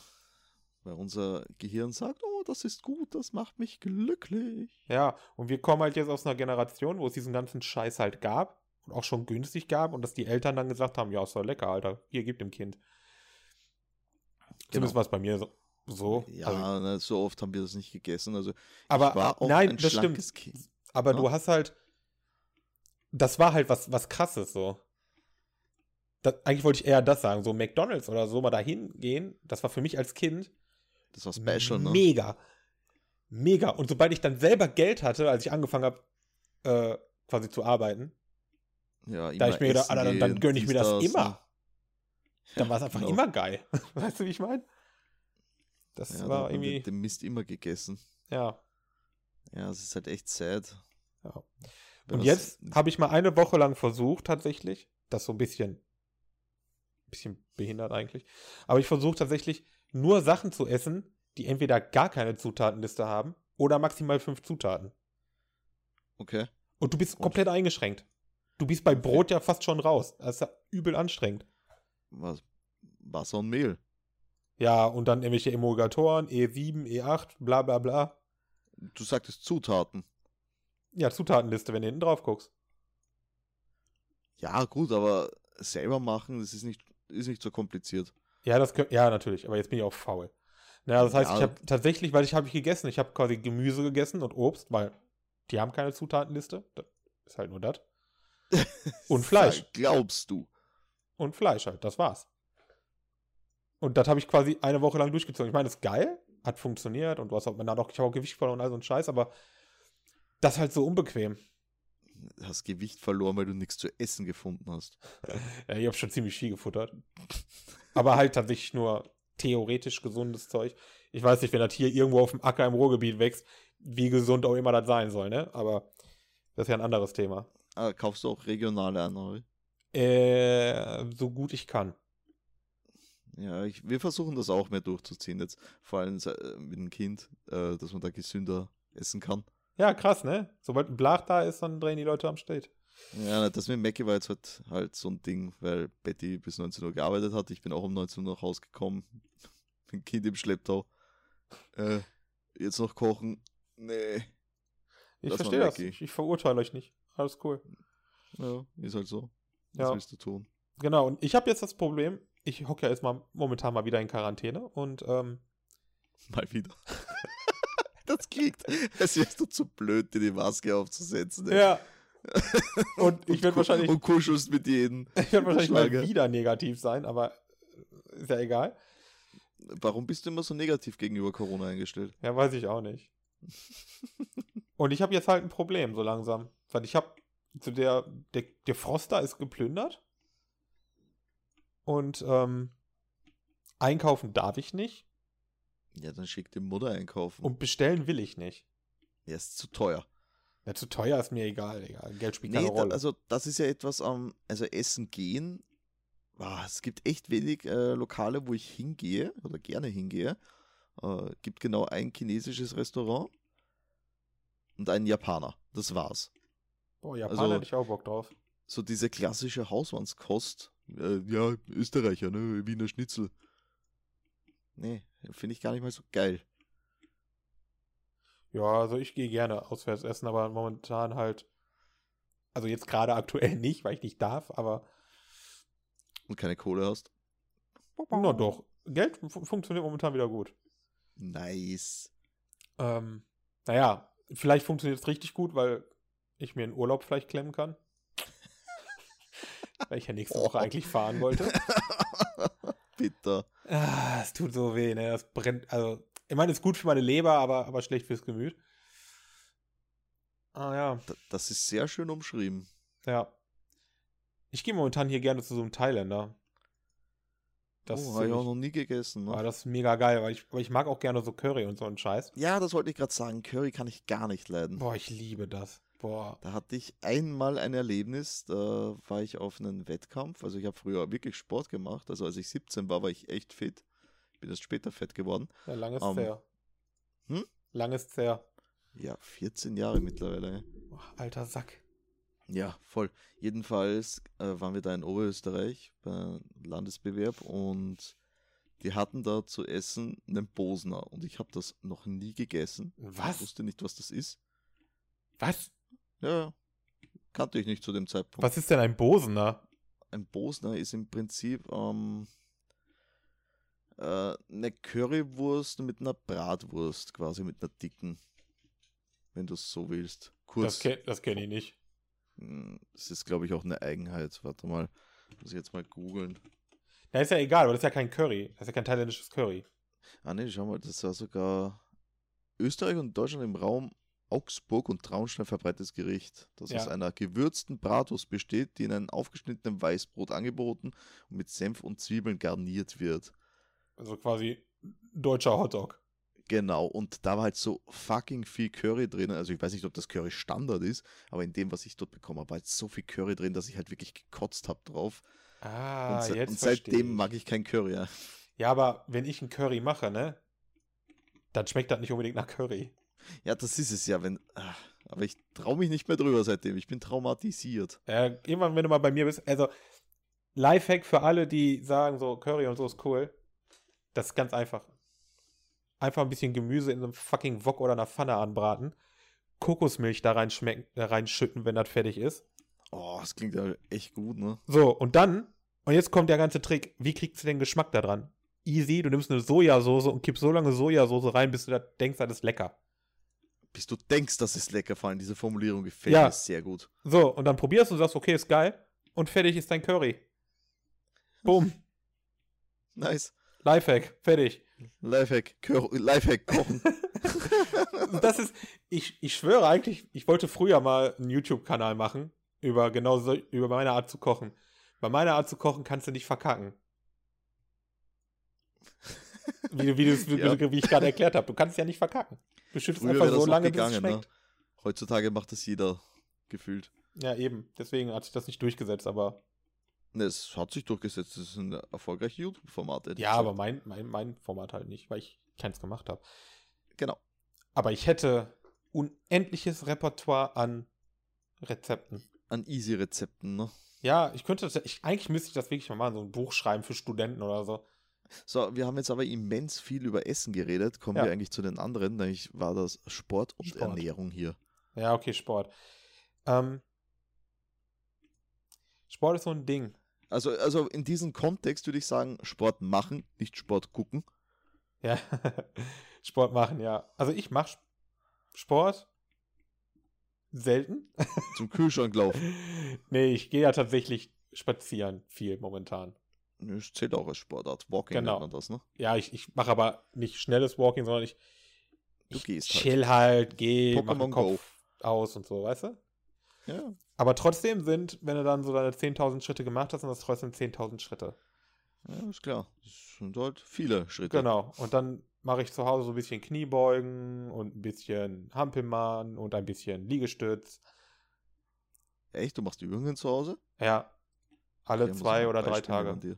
S1: Weil unser Gehirn sagt, oh, das ist gut, das macht mich glücklich.
S2: Ja, und wir kommen halt jetzt aus einer Generation, wo es diesen ganzen Scheiß halt gab und auch schon günstig gab und dass die Eltern dann gesagt haben, ja, ist doch lecker, Alter, hier, gib dem Kind.
S1: Genau.
S2: Zumindest war es bei mir so. so.
S1: Ja,
S2: Also,
S1: na, so oft haben wir das nicht gegessen. Also
S2: aber äh,
S1: ich war auch
S2: nein,
S1: ein
S2: das stimmt.
S1: schlankes Kind.
S2: Aber
S1: ne?
S2: du hast halt, das war halt was, was krasses so. Das, eigentlich wollte ich eher das sagen, so McDonalds oder so mal dahin gehen, das war für mich als Kind
S1: Das war special, ne?
S2: Mega. Mega. Und sobald ich dann selber Geld hatte, als ich angefangen habe, äh, quasi zu arbeiten,
S1: Ja, immer
S2: da ich mir gedacht,
S1: essen
S2: Alter, dann, dann
S1: gehen,
S2: gönne ich
S1: dies,
S2: mir das,
S1: ne?
S2: immer. Dann war es einfach
S1: genau.
S2: immer geil. Weißt du, wie ich meine? Das
S1: Ja,
S2: war
S1: dann hat man
S2: irgendwie,
S1: den- den Mist immer gegessen.
S2: ja.
S1: Ja, es ist halt echt sad.
S2: ja.
S1: Wenn
S2: Und
S1: das-
S2: jetzt habe ich mal eine Woche lang versucht, tatsächlich, das so ein bisschen, bisschen behindert eigentlich, aber ich versuche tatsächlich nur Sachen zu essen, die entweder gar keine Zutatenliste haben oder maximal fünf Zutaten.
S1: Okay.
S2: Und du bist
S1: Und-
S2: komplett eingeschränkt. Du bist bei
S1: Okay.
S2: Brot ja fast schon raus. Das ist ja übel anstrengend.
S1: Was? Wasser und Mehl.
S2: Ja, und dann irgendwelche Emulgatoren, E E7, E8, bla bla bla.
S1: Du sagtest Zutaten.
S2: Ja, Zutatenliste, wenn du hinten drauf guckst.
S1: Ja, gut, aber selber machen, das ist nicht, ist nicht so kompliziert.
S2: Ja, das könnt, ja, natürlich, aber jetzt bin ich auch faul. Naja, das heißt,
S1: Ja.
S2: ich habe tatsächlich, weil ich habe ich gegessen, ich habe quasi Gemüse gegessen und Obst, weil die haben keine Zutatenliste. Das ist halt nur das. Und Fleisch.
S1: Sag, glaubst du?
S2: und Fleisch halt. Das war's. Und das habe ich quasi eine Woche lang durchgezogen. Ich meine, das ist geil, hat funktioniert und was auch man hat auch, ich habe auch Gewicht verloren und all so ein Scheiß, aber das ist halt so unbequem.
S1: Hast Gewicht verloren, weil du nichts zu essen gefunden hast.
S2: Ja, ich habe schon ziemlich viel gefuttert. aber halt tatsächlich nur theoretisch gesundes Zeug. ich weiß nicht, wenn das hier irgendwo auf dem Acker im Ruhrgebiet wächst, wie gesund auch immer das sein soll, ne? Aber das ist ja ein anderes Thema.
S1: Ah, kaufst du auch regionale an, oder?
S2: Äh, so gut ich kann.
S1: Ja, ich, wir versuchen das auch mehr durchzuziehen jetzt. Vor allem se- mit dem Kind, äh, dass man da gesünder essen kann.
S2: Ja, krass, ne? Sobald ein Blach da ist, dann drehen die Leute am Steg.
S1: Ja, na, das mit Mackie war jetzt halt, halt so ein Ding, weil Betty bis 19 Uhr gearbeitet hat. Ich bin auch um 19 Uhr nach Hause gekommen. Bin Kind im Schlepptau. Äh, jetzt noch kochen. Nee.
S2: Ich
S1: Lass mal
S2: verstehe das.
S1: weggehen.
S2: Ich, ich verurteile euch nicht. Alles cool.
S1: Ja, ist halt so. Was
S2: Ja.
S1: willst du tun?
S2: Genau, und ich habe jetzt das Problem, ich hocke ja jetzt mal momentan mal wieder in Quarantäne und ähm,
S1: Mal wieder. das klingt, als wärst du zu blöd, dir die Maske aufzusetzen. ey.
S2: ja. und ich werde
S1: ku-
S2: wahrscheinlich,
S1: Und kuschelst mit jedem.
S2: ich werd wahrscheinlich mal
S1: Schlage.
S2: wieder negativ sein, aber ist ja egal.
S1: Warum bist du immer so negativ gegenüber Corona eingestellt?
S2: Ja, weiß ich auch nicht. Und ich habe jetzt halt ein Problem, so langsam. Weil ich habe zu der, der, der Froster ist geplündert. Und ähm, einkaufen darf ich nicht.
S1: Ja, dann schick die Mutter einkaufen.
S2: Und bestellen will ich nicht.
S1: Er ist zu teuer.
S2: Ja, zu teuer ist mir egal, Digga. Geld spielt
S1: Nee,
S2: keine
S1: da,
S2: Rolle.
S1: also das ist ja etwas am, also Essen gehen. Ah, es gibt echt wenig äh, Lokale, wo ich hingehe oder gerne hingehe. Äh, gibt genau ein chinesisches Restaurant und einen Japaner. Das war's.
S2: Boah, Japan
S1: also-
S2: hätte ich auch Bock drauf.
S1: So diese klassische Hausmannskost. Äh, ja, Österreicher, ne? Wiener Schnitzel. Nee, finde ich gar nicht mal so geil.
S2: Ja, also ich gehe gerne auswärts essen, aber momentan halt. Also jetzt gerade aktuell nicht, weil ich nicht darf, aber.
S1: Und keine Kohle hast.
S2: Na doch. Geld fun- funktioniert momentan wieder gut.
S1: Nice.
S2: Ähm, naja, vielleicht funktioniert es richtig gut, weil ich mir einen Urlaub vielleicht klemmen kann. weil ich ja nächste Woche
S1: Oh.
S2: eigentlich fahren wollte.
S1: Bitter.
S2: Ah, es tut so weh, ne? Das brennt. Also, ich meine, es ist gut für meine Leber, aber, aber schlecht fürs Gemüt. Ah ja,
S1: D- Das ist sehr schön umschrieben.
S2: ja. Ich gehe momentan hier gerne zu so einem Thailänder. Das, ist
S1: oh, habe ich auch
S2: ziemlich,
S1: noch nie gegessen. Ne?
S2: ah, das ist mega geil, weil ich, weil ich mag auch gerne so Curry und so einen Scheiß.
S1: Ja, das wollte ich gerade sagen. Curry kann ich gar nicht leiden.
S2: Boah, ich liebe das. Boah.
S1: Da hatte ich einmal ein Erlebnis, da war ich auf einem Wettkampf. Also ich habe früher wirklich Sport gemacht. Also als ich 17 war, war ich echt fit. Bin erst später fett geworden.
S2: Ja, lang ist
S1: Ähm,
S2: her.
S1: hm?
S2: Lang ist her.
S1: Ja, 14 Jahre mittlerweile.
S2: Oh, alter Sack.
S1: Ja, voll. Jedenfalls äh, waren wir da in Oberösterreich beim Landesbewerb und die hatten da zu essen einen Bosner. Und ich habe das noch nie gegessen. Ich
S2: Was?
S1: wusste nicht, was das ist.
S2: Was?
S1: Ja, ja. Kannte ich nicht zu dem Zeitpunkt.
S2: Was ist denn ein ne? Bosener?
S1: ein Bosner ist im Prinzip ähm, äh, eine Currywurst mit einer Bratwurst, quasi mit einer dicken, wenn du es so willst.
S2: Das
S1: Kurz,
S2: kenne das kenn ich nicht.
S1: Mm, es ist glaube ich auch eine Eigenheit. Warte mal, muss ich jetzt mal googeln.
S2: Na, ist ja egal, aber das ist ja kein Curry. Das ist ja kein thailändisches Curry.
S1: Ah ne, schau mal, das war sogar Österreich und Deutschland im Raum Augsburg und Traunstein verbreitetes Gericht, das
S2: Ja.
S1: aus einer gewürzten Bratwurst besteht, die in einem aufgeschnittenen Weißbrot angeboten und mit Senf und Zwiebeln garniert wird.
S2: Also quasi deutscher Hotdog.
S1: Genau, und da war halt so fucking viel Curry drin. Also ich weiß nicht, ob das Curry Standard ist, aber in dem, was ich dort bekommen habe, war halt so viel Curry drin, dass ich halt wirklich gekotzt habe drauf.
S2: Ah,
S1: und, se-
S2: jetzt
S1: und
S2: versteh
S1: seitdem
S2: ich.
S1: mag ich kein Curry. Ja.
S2: Ja, aber wenn ich ein Curry mache, ne? Dann schmeckt das nicht unbedingt nach Curry.
S1: ja, das ist es ja, wenn. ah, Aber ich traue mich nicht mehr drüber seitdem. Ich bin traumatisiert.
S2: Ja, Äh, irgendwann, wenn du mal bei mir bist, also Lifehack für alle, die sagen, so Curry und so ist cool. Das ist ganz einfach. Einfach ein bisschen Gemüse in so einem fucking Wok oder einer Pfanne anbraten. Kokosmilch da reinschmecken, da reinschütten, wenn das fertig ist.
S1: Oh, das klingt ja echt gut, ne?
S2: So, und dann, und jetzt kommt der ganze Trick. Wie kriegst du den Geschmack da dran? Easy, du nimmst eine Sojasauce und kippst so lange Sojasauce rein, bis du da denkst, das ist lecker.
S1: Bis du denkst, das ist lecker, vor allem diese Formulierung gefällt
S2: Ja.
S1: mir sehr gut.
S2: So, und dann probierst du und sagst, okay, ist geil. Und fertig ist dein Curry. Boom.
S1: Nice.
S2: Lifehack. Fertig.
S1: Lifehack, Cur Lifehack kochen.
S2: Das ist, ich, ich schwöre eigentlich, ich wollte früher mal einen YouTube-Kanal machen über genau so, über meine Art zu kochen. Bei meiner Art zu kochen kannst du nicht verkacken. Wie, wie, du's- wie,
S1: Ja.
S2: wie ich gerade erklärt habe. Du kannst ja nicht verkacken. Du schützt
S1: Früher
S2: einfach
S1: wäre das
S2: so
S1: noch
S2: lange, bis es
S1: gegangen. Ne?
S2: schmeckt.
S1: Heutzutage macht das jeder gefühlt.
S2: Ja, eben. Deswegen hat sich das nicht durchgesetzt, aber.
S1: Ne, es hat sich durchgesetzt. Das sind erfolgreiche YouTube-Formate. hätte ich
S2: Ja,
S1: gesagt.
S2: aber mein, mein, mein Format halt nicht, weil ich keins gemacht habe.
S1: Genau.
S2: Aber ich hätte unendliches Repertoire an Rezepten.
S1: An Easy-Rezepten, ne?
S2: Ja, ich könnte das, ich, eigentlich müsste ich das wirklich mal machen, so ein Buch schreiben für Studenten oder so.
S1: So, wir haben jetzt aber immens viel über Essen geredet. Kommen
S2: Ja.
S1: wir eigentlich zu den anderen, nämlich war das Sport und
S2: Sport.
S1: Ernährung hier.
S2: Ja, okay, Sport. Ähm, Sport ist so ein Ding.
S1: Also, also in diesem Kontext würde ich sagen, Sport machen, nicht Sport gucken.
S2: Ja, Sport machen, ja. Also ich mache Sport selten.
S1: Zum Kühlschrank laufen.
S2: nee, ich gehe ja tatsächlich spazieren viel momentan.
S1: Das zählt auch als Sportart. Walking
S2: Genau.
S1: nennt man das, ne?
S2: Ja, ich, ich mache aber nicht schnelles Walking, sondern ich,
S1: Du
S2: ich
S1: gehst halt.
S2: chill halt, geh, mach den
S1: Pokémon Go.
S2: Kopf aus und so, weißt du?
S1: Ja.
S2: Aber trotzdem sind, wenn du dann so deine 10.000 Schritte gemacht hast, sind das trotzdem 10.000 Schritte.
S1: ja, ist klar. Das sind halt viele Schritte.
S2: Genau. Und dann mache ich zu Hause so ein bisschen Kniebeugen und ein bisschen Hampelmann und ein bisschen Liegestütz.
S1: Echt? Du machst Übungen zu Hause?
S2: Ja. Alle
S1: Ja, muss
S2: zwei
S1: man
S2: oder drei
S1: Beispiele
S2: Tage.
S1: an dir.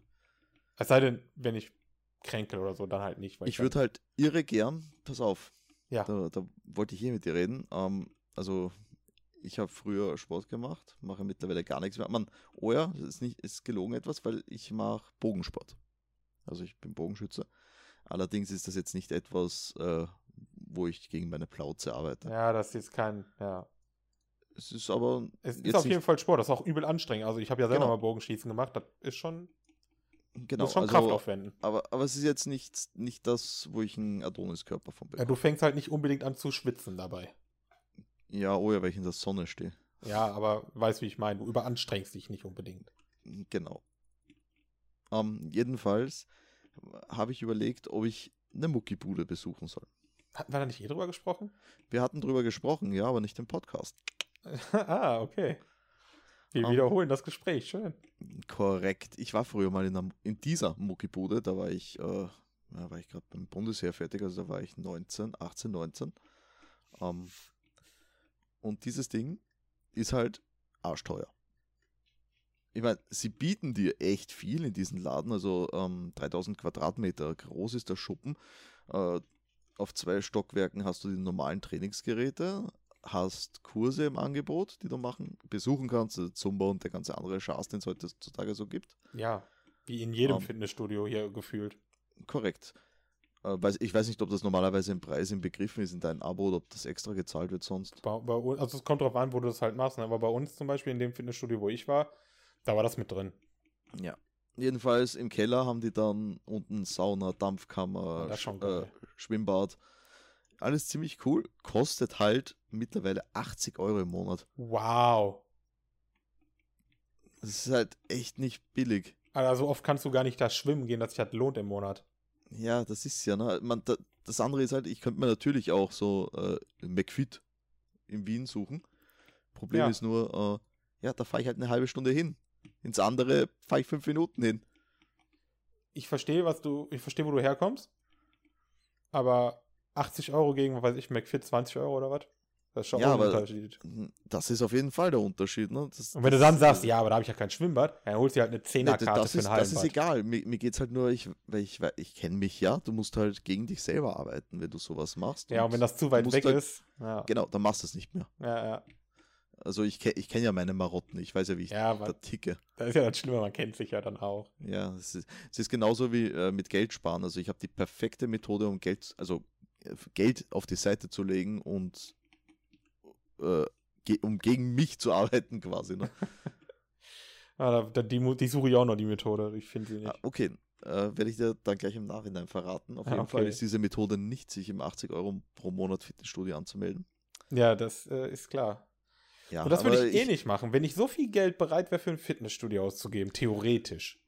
S2: Es sei denn, wenn ich kränkel oder so, dann halt nicht. weil
S1: Ich würde halt irre gern, pass auf,
S2: Ja.
S1: da, da wollte ich hier mit dir reden. Ähm, also, ich habe früher Sport gemacht, mache mittlerweile gar nichts mehr. Man, oh ja, es ist, nicht, es ist gelogen etwas, weil ich mache Bogensport. Also, ich bin Bogenschütze. Allerdings ist das jetzt nicht etwas, äh, wo ich gegen meine Plauze arbeite.
S2: dann, halt, ja, das ist jetzt kein. Ja.
S1: Es ist aber
S2: Es ist
S1: Jetzt
S2: auf
S1: nicht-
S2: jeden Fall Sport. Das ist auch übel anstrengend. Also, ich habe ja selber
S1: Genau.
S2: mal Bogenschießen gemacht. Das ist schon,
S1: genau,
S2: muss schon
S1: also,
S2: Kraft aufwenden.
S1: aber, aber es ist jetzt nicht, nicht das, wo ich einen Adoniskörper von bin.
S2: Ja, du fängst halt nicht unbedingt an zu schwitzen dabei.
S1: Ja, oh ja, weil ich in der Sonne stehe.
S2: Ja, aber weißt, wie ich meine. Du überanstrengst dich nicht unbedingt.
S1: Genau. Ähm, jedenfalls habe ich überlegt, ob ich eine Muckibude besuchen soll.
S2: Hatten wir da nicht eh drüber gesprochen?
S1: Wir hatten drüber gesprochen, ja, aber nicht im Podcast.
S2: ah, okay. Wir
S1: Ähm.
S2: wiederholen das Gespräch, schön.
S1: Korrekt. Ich war früher mal in, einer, in dieser Muckibude, da war ich, äh, ja, war ich gerade beim Bundesheer fertig, also da war ich 19, 18, 19. Ähm, und dieses Ding ist halt arschteuer. Ich meine, sie bieten dir echt viel in diesen Laden, also ähm, 3000 Quadratmeter groß ist der Schuppen. Äh, auf zwei Stockwerken hast du die normalen Trainingsgeräte, hast Kurse im Angebot, die du machen, besuchen kannst, also Zumba und der ganze andere Schatz, den es heutzutage so gibt.
S2: Ja, wie in jedem
S1: Ähm.
S2: Fitnessstudio hier gefühlt.
S1: Korrekt. Äh, weiß, ich weiß nicht, ob das normalerweise im Preis im Begriffen ist, in deinem Abo oder ob das extra gezahlt wird sonst.
S2: Bei, bei, uns- also es kommt drauf an, wo du das halt machst, ne? aber bei uns zum Beispiel in dem Fitnessstudio, wo ich war, da war das mit drin.
S1: Ja. Jedenfalls im Keller haben die dann unten Sauna,
S2: Ah,
S1: Dampfkammer,
S2: das ist schon
S1: Sch-
S2: geil.
S1: äh, Schwimmbad. Alles ziemlich cool. Kostet halt mittlerweile 80 Euro im Monat.
S2: Wow.
S1: Das ist halt echt nicht billig.
S2: Alter, so Also oft kannst du gar nicht da schwimmen gehen, dass sich das lohnt im Monat.
S1: Ja, das ist ja, ne? Man, da, das andere ist halt, ich könnte mir natürlich auch so äh, McFit in Wien suchen. Problem
S2: Ja.
S1: ist nur, äh, ja, da fahre ich halt eine halbe Stunde hin. Ins andere fahre ich fünf Minuten hin.
S2: Ich verstehe, was du, ich verstehe, wo du herkommst, aber 80 Euro gegen, was weiß ich, McFit 20 Euro oder was? Das ist schon
S1: Ja,
S2: auch ein
S1: aber-
S2: Unterschied.
S1: Hm, Das ist auf jeden Fall der Unterschied. Ne? Das,
S2: Und wenn du
S1: das-
S2: dann sagst, ja, aber da habe ich ja kein Schwimmbad, dann holst du dir halt eine
S1: Nee,
S2: Zehnerkarte
S1: das,
S2: für
S1: ist,
S2: ein
S1: das ist
S2: Hallenbad.
S1: egal. Mir, mir geht es halt nur, ich, weil ich, weil ich kenne mich ja. Du musst halt gegen dich selber arbeiten, wenn du sowas machst.
S2: Ja, und wenn das zu weit
S1: musst
S2: weg
S1: halt-
S2: ist, ja,
S1: Genau, dann machst du es nicht mehr.
S2: ja, ja.
S1: Also ich, ke- ich kenne ja meine Marotten. Ich weiß ja, wie ich
S2: ja
S1: da
S2: man,
S1: ticke.
S2: das ist ja das Schlimme, man kennt sich ja dann auch.
S1: Ja, es ist, es ist genauso wie äh, mit Geld sparen. Also ich habe die perfekte Methode, um Geld, also äh, Geld auf die Seite zu legen und äh, ge um gegen mich zu arbeiten quasi. Ne?
S2: Ah, da, da, die, mu- die suche ich auch noch, die Methode. Ich finde sie nicht.
S1: Ah, okay, äh, werde ich dir dann gleich im Nachhinein verraten. Auf
S2: Ah,
S1: jeden Fall
S2: okay.
S1: ist diese Methode nicht, sich im 80 Euro pro Monat Fitnessstudio anzumelden.
S2: Ja, das äh, ist klar.
S1: Ja,
S2: Und das würde
S1: aber
S2: ich, eh nicht machen, wenn ich so viel Geld bereit wäre, für ein Fitnessstudio auszugeben, theoretisch.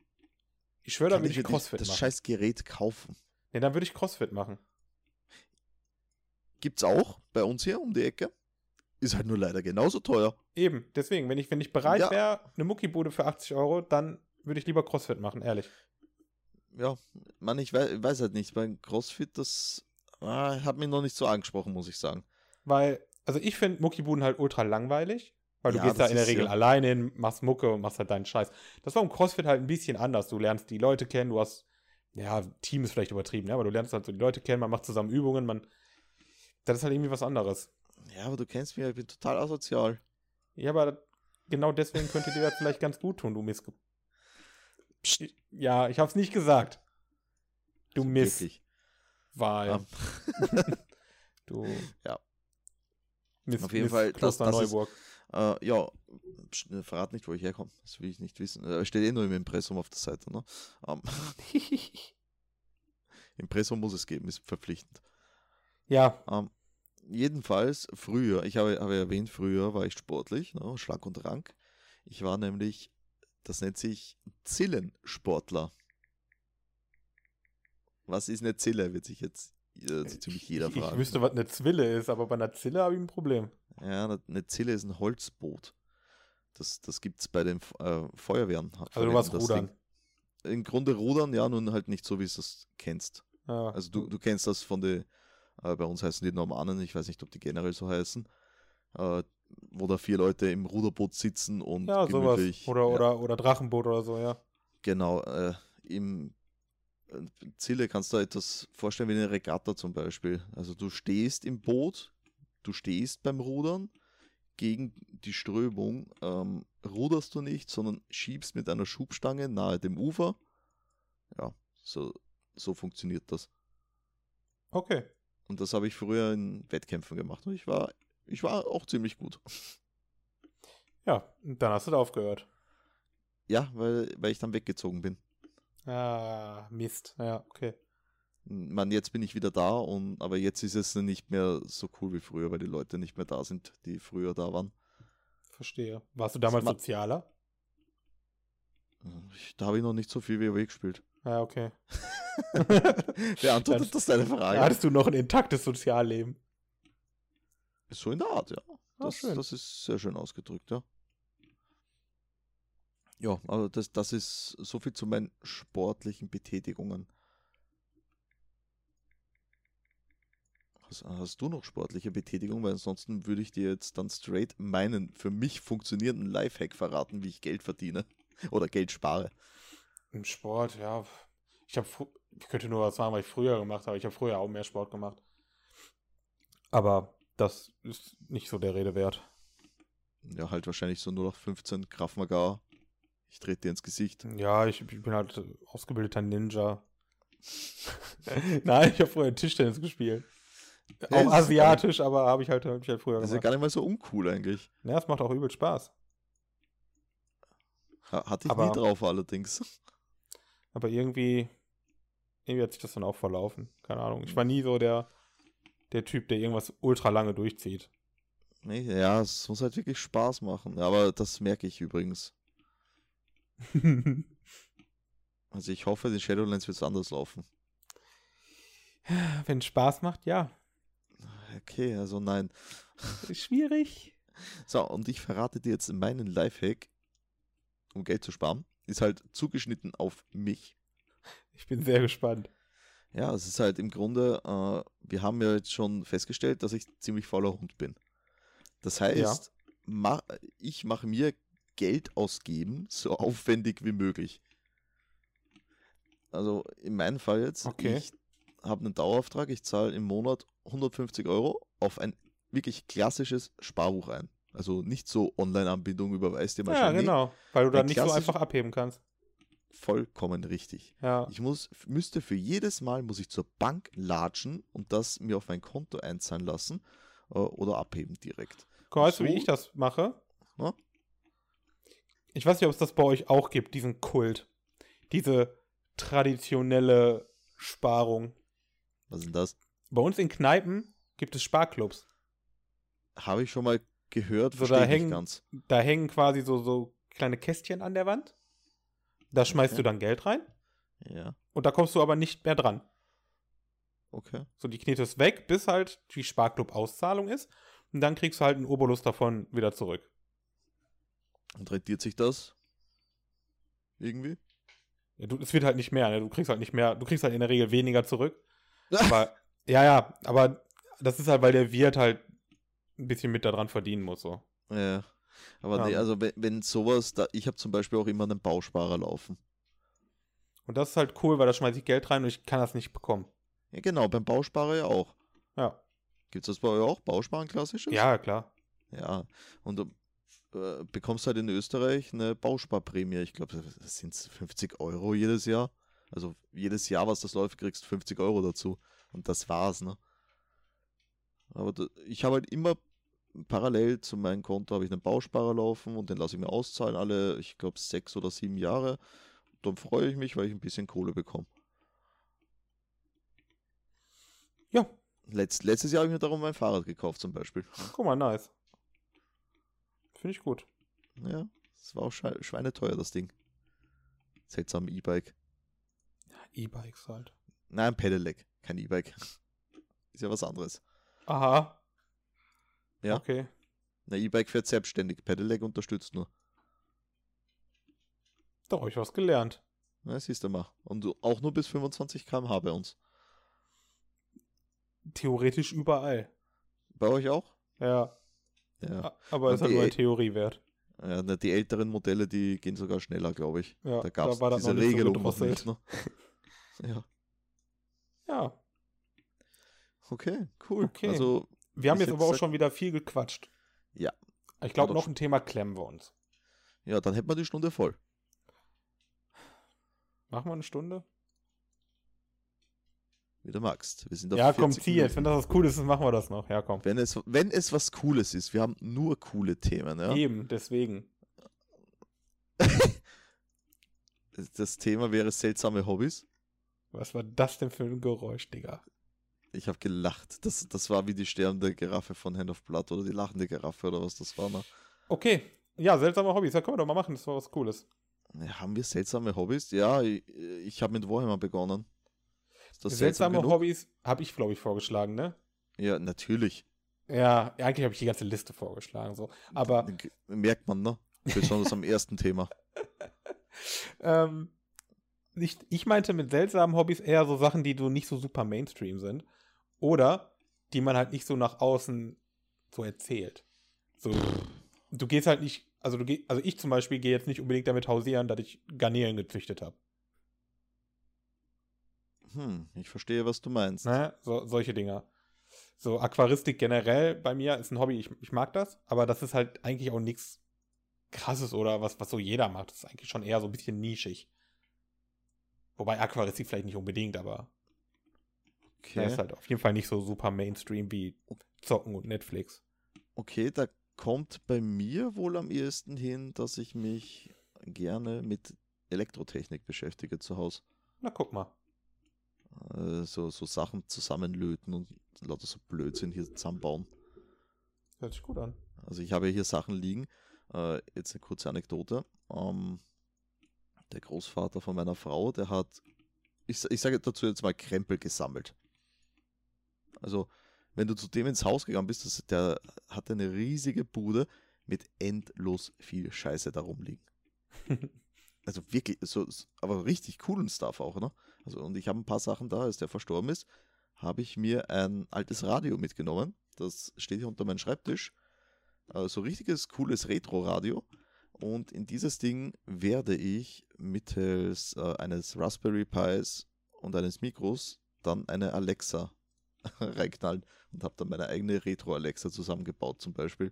S2: Ich schwöre, dann
S1: kann
S2: würde
S1: ich mir
S2: ich
S1: das,
S2: Crossfit
S1: das
S2: machen.
S1: scheiß Gerät kaufen.
S2: Nee, dann würde ich Crossfit machen.
S1: Gibt's auch bei uns hier um die Ecke. Ist halt nur leider genauso teuer.
S2: Eben, deswegen, wenn ich, wenn ich bereit
S1: Ja.
S2: wäre, eine Muckibude für 80 Euro, dann würde ich lieber Crossfit machen, ehrlich.
S1: ja, man, ich weiß, weiß halt nicht. Beim CrossFit, das ah, hat mich noch nicht so angesprochen, muss ich sagen.
S2: Weil, also ich finde Muckibuden halt ultra langweilig, weil du
S1: Ja,
S2: gehst da
S1: das
S2: in der
S1: ist
S2: Regel
S1: ja-
S2: alleine hin, machst Mucke und machst halt deinen Scheiß. Das war im CrossFit halt ein bisschen anders. Du lernst die Leute kennen, du hast, ja, Team ist vielleicht übertrieben, ne? aber du lernst halt so die Leute kennen, man macht zusammen Übungen, man. Das ist halt irgendwie was anderes.
S1: Ja, aber du kennst mich, ja, ich bin total asozial.
S2: Ja, aber genau deswegen könnte dir das vielleicht ganz gut tun, du Mist. Psst. Ja, ich hab's nicht gesagt. Du Mist.
S1: Also Wirklich.
S2: Wahl.
S1: Ähm,
S2: Du.
S1: Ja.
S2: Mist,
S1: Auf jeden
S2: Mist
S1: Fall, das- das ist-
S2: Klosterneuburg.
S1: Äh, ja, pst, verrat nicht, wo ich herkomme. Das will ich nicht wissen. Äh, steht eh nur im Impressum auf der Seite. Ne? Ähm, Impressum muss es geben, ist verpflichtend.
S2: ja,
S1: Ähm, jedenfalls, früher, ich habe, habe erwähnt, früher war ich sportlich, ne? schlank und rank. Ich war nämlich, das nennt sich Zillensportler. Was ist eine Zille, wird sich jetzt äh, so ziemlich jeder
S2: ich, ich
S1: fragen.
S2: wüsste, was eine Zwille ist, aber bei einer Zille habe ich ein Problem.
S1: Ja, eine- eine Zille ist ein Holzboot. Das, das gibt es bei den F- äh, Feuerwehren.
S2: Also du warst
S1: Das
S2: Rudern.
S1: Ding. Im Grunde rudern, ja, nun halt nicht so, wie du es kennst.
S2: Ja.
S1: Also du, du kennst das von den, äh, bei uns heißen die Normannen, ich weiß nicht, ob die generell so heißen, äh, wo da vier Leute im Ruderboot sitzen und
S2: ja, sowas.
S1: gemütlich.
S2: Oder,
S1: ja,
S2: oder, oder Drachenboot oder so, ja.
S1: Genau, äh, im äh, Zille kannst du dir etwas vorstellen wie eine Regatta zum Beispiel. Also du stehst im Boot, du stehst beim Rudern, gegen die Strömung ähm, ruderst du nicht, sondern schiebst mit einer Schubstange nahe dem Ufer. Ja, so, so funktioniert das.
S2: Okay.
S1: Und das habe ich früher in Wettkämpfen gemacht und ich war, ich war auch ziemlich gut.
S2: Ja, und dann hast du da aufgehört.
S1: Ja, weil, weil ich dann weggezogen bin.
S2: Ah, Mist. Ja, okay.
S1: Man, jetzt bin ich wieder da und aber jetzt ist es nicht mehr so cool wie früher, weil die Leute nicht mehr da sind, die früher da waren.
S2: Verstehe. Warst du damals
S1: ma-
S2: sozialer?
S1: Äh, Ich, da habe ich noch nicht so viel WoW gespielt.
S2: Ja, okay.
S1: Beantwortet
S2: Dann-
S1: das deine
S2: Da
S1: Frage?
S2: hattest du noch ein intaktes Sozialleben.
S1: So in der Art, ja.
S2: Ah,
S1: Das,
S2: schön.
S1: das ist sehr schön ausgedrückt, ja. Ja, also das, das ist so viel zu meinen sportlichen Betätigungen. Hast, hast du noch sportliche Betätigung? Weil ansonsten würde ich dir jetzt dann straight meinen für mich funktionierenden Lifehack verraten, wie ich Geld verdiene oder Geld spare.
S2: Im Sport, ja. Ich habe, ich könnte nur was sagen, was ich früher gemacht habe. Ich habe früher auch mehr Sport gemacht. Aber das ist nicht so der Rede wert.
S1: Ja, halt wahrscheinlich so 0815 Krav Maga. Ich trete dir ins Gesicht.
S2: Ja, ich, ich bin halt ausgebildeter Ninja. Nein, ich habe früher Tischtennis gespielt.
S1: Ey,
S2: Auch
S1: das-
S2: asiatisch, aber habe ich halt, hab ich halt früher
S1: Das ist ja
S2: gemacht.
S1: gar nicht mal so uncool eigentlich.
S2: Ja, es macht auch übel Spaß.
S1: Ha- Hatte ich nie
S2: Aber-
S1: drauf allerdings.
S2: Aber irgendwie, irgendwie hat sich das dann auch verlaufen. Keine Ahnung. Ich war nie so der, der Typ, der irgendwas ultra lange durchzieht.
S1: Nee, ja, es muss halt wirklich Spaß machen. Aber das merke ich übrigens. Also ich hoffe, in Shadowlands wird es anders laufen.
S2: Wenn Spaß macht, ja.
S1: Okay, also nein.
S2: Schwierig.
S1: So, und ich verrate dir jetzt meinen Lifehack, um Geld zu sparen. Ist halt zugeschnitten auf mich.
S2: Ich bin sehr gespannt.
S1: Ja, es ist halt im Grunde, äh, wir haben ja jetzt schon festgestellt, dass ich ziemlich fauler Hund bin. Das heißt, ma ich mache mir Geld ausgeben so aufwendig wie möglich. Also in meinem Fall jetzt,
S2: Okay.
S1: ich habe einen Dauerauftrag, ich zahle im Monat 150 Euro auf ein wirklich klassisches Sparbuch ein. Also nicht so Online-Anbindung überweist dir mal
S2: Ja,
S1: schnell. Nee,
S2: genau. Weil du
S1: Der
S2: dann nicht so
S1: klassisch-
S2: einfach abheben kannst.
S1: Vollkommen richtig.
S2: Ja.
S1: Ich muss, müsste für jedes Mal muss ich zur Bank latschen und das mir auf mein Konto einzahlen lassen äh, oder abheben direkt.
S2: Guck, weißt du,
S1: so-
S2: wie ich das mache?
S1: Na?
S2: Ich weiß nicht, ob es das bei euch auch gibt, diesen Kult. Diese traditionelle Sparung.
S1: Was ist denn das?
S2: Bei uns in Kneipen gibt es Sparclubs.
S1: Habe ich schon mal gehört,
S2: So, da
S1: verstehe ich
S2: hängen-
S1: nicht ganz.
S2: Da hängen quasi so, so kleine Kästchen an der Wand. Da schmeißt
S1: Okay.
S2: du dann Geld rein
S1: Ja,
S2: und da kommst du aber nicht mehr dran.
S1: okay.
S2: So, die Knete ist weg, bis halt die Sparclub-Auszahlung ist. Und dann kriegst du halt einen Obolus davon wieder zurück.
S1: Und rentiert sich das? Irgendwie?
S2: Ja, du, es wird halt nicht mehr, ne? Du kriegst halt nicht mehr, du kriegst halt in der Regel weniger zurück. Aber, ja, ja, aber das ist halt, weil der Wirt halt ein bisschen mit daran verdienen muss, so.
S1: Ja. Aber
S2: Ja.
S1: nee, also wenn, wenn sowas, da, ich habe zum Beispiel auch immer einen Bausparer laufen.
S2: Und das ist halt cool, weil da schmeiße ich Geld rein und ich kann das nicht bekommen.
S1: Ja, genau, beim Bausparer ja auch.
S2: Ja.
S1: Gibt es das bei euch auch? Bausparen klassisches?
S2: Ja, klar.
S1: Ja. Und du äh, bekommst halt in Österreich eine Bausparprämie. Ich glaube, das sind 50 Euro jedes Jahr. Also jedes Jahr, was das läuft, kriegst 50 Euro dazu. Und das war's, ne? Aber da, ich habe halt immer parallel zu meinem Konto habe ich einen Bausparer laufen und den lasse ich mir auszahlen alle, ich glaube, sechs oder sieben Jahre. Dann freue ich mich, weil ich ein bisschen Kohle bekomme.
S2: Ja,
S1: Letzt, letztes Jahr habe ich mir darum mein Fahrrad gekauft zum Beispiel.
S2: guck mal, nice. Finde ich gut.
S1: Ja, es war auch schei- schweineteuer, das Ding. Seltsam E-Bike.
S2: E-Bikes halt.
S1: Nein, Pedelec, kein E-Bike. Ist ja was anderes.
S2: Aha.
S1: Ja.
S2: Okay.
S1: Na, E-Bike fährt selbstständig, Pedelec unterstützt nur.
S2: Da habe ich was gelernt.
S1: Na, siehst du mal. Und du- auch nur bis 25 km/h bei uns.
S2: Theoretisch überall.
S1: Bei euch auch?
S2: Ja.
S1: Ja.
S2: A- Aber es
S1: Und
S2: hat
S1: die-
S2: nur ein Theoriewert.
S1: ja na, die älteren Modelle, die gehen sogar schneller, glaube ich.
S2: Ja,
S1: da gab es
S2: da war das
S1: diese
S2: noch nicht so
S1: Regelung noch nicht.
S2: gedrosselt.
S1: Ne? ja,
S2: Ja.
S1: okay, cool.
S2: Okay.
S1: Also,
S2: Wir haben
S1: Ich
S2: jetzt
S1: hätte
S2: aber auch
S1: gesagt-
S2: schon wieder viel gequatscht.
S1: Ja.
S2: Ich glaube,
S1: Hat
S2: noch
S1: auch-
S2: ein Thema klemmen wir uns.
S1: ja, dann hätten wir die Stunde voll.
S2: Machen wir eine Stunde?
S1: Wie du magst. Wir sind auf
S2: Ja, komm,
S1: 40
S2: zieh jetzt.
S1: Minuten.
S2: Wenn das was Cooles ist, machen wir das noch. Ja, komm.
S1: Wenn es, wenn es was Cooles ist, wir haben nur coole Themen. Ja?
S2: Eben, deswegen.
S1: Das Thema wäre seltsame Hobbys.
S2: Was war das denn für ein Geräusch, Digga?
S1: Ich habe gelacht. Das, das war wie die sterbende Giraffe von Hand of Blood oder die lachende Giraffe oder was das war. Ne?
S2: Okay. Ja, seltsame Hobbys. Ja, können wir doch mal machen. Das war was Cooles.
S1: Ja, Haben wir seltsame Hobbys? Ja, ich, ich habe mit Warhammer begonnen. Ist das seltsam
S2: seltsame
S1: genug?
S2: Hobbys habe ich, glaube ich, vorgeschlagen, ne?
S1: Ja, natürlich.
S2: Ja, eigentlich habe ich die ganze Liste vorgeschlagen. So. Aber
S1: G- Merkt man, ne? Besonders am ersten Thema.
S2: Ähm, ich, ich meinte mit seltsamen Hobbys eher so Sachen, die so nicht so super Mainstream sind. Oder die man halt nicht so nach außen so erzählt. So, du gehst halt nicht, also du geh, also ich zum Beispiel gehe jetzt nicht unbedingt damit hausieren, dass ich Garnelen gezüchtet habe.
S1: Hm, ich verstehe, was du meinst.
S2: Ne? So, solche Dinger. So, Aquaristik generell bei mir ist ein Hobby, ich, ich mag das, aber das ist halt eigentlich auch nichts krasses oder was, was so jeder macht. Das ist eigentlich schon eher so ein bisschen nischig. Wobei Aquaristik vielleicht nicht unbedingt, aber
S1: Okay.
S2: Das ist halt auf jeden Fall nicht so super Mainstream wie Zocken und Netflix.
S1: Okay, da kommt bei mir wohl am ehesten hin, dass ich mich gerne mit Elektrotechnik beschäftige zu Hause.
S2: Na, guck mal.
S1: Äh, so, so Sachen zusammenlöten und lauter so Blödsinn hier zusammenbauen.
S2: Hört sich gut an.
S1: Also ich habe hier Sachen liegen. Äh, jetzt eine kurze Anekdote. Ähm, der Großvater von meiner Frau, der hat, ich, sa- ich sage dazu jetzt mal, Krempel gesammelt. Also wenn du zu dem ins Haus gegangen bist, das, der hatte eine riesige Bude mit endlos viel Scheiße da rumliegen. Also wirklich, so, so- aber richtig coolen Stuff auch, ne? Also, und ich habe ein paar Sachen da, als der verstorben ist, habe ich mir ein altes Radio mitgenommen. Das steht hier unter meinem Schreibtisch. Äh, So richtiges, cooles Retro-Radio. Und in dieses Ding werde ich mittels äh, eines Raspberry Pis und eines Mikros dann eine Alexa reinknallen und habe dann meine eigene Retro-Alexa zusammengebaut, zum Beispiel.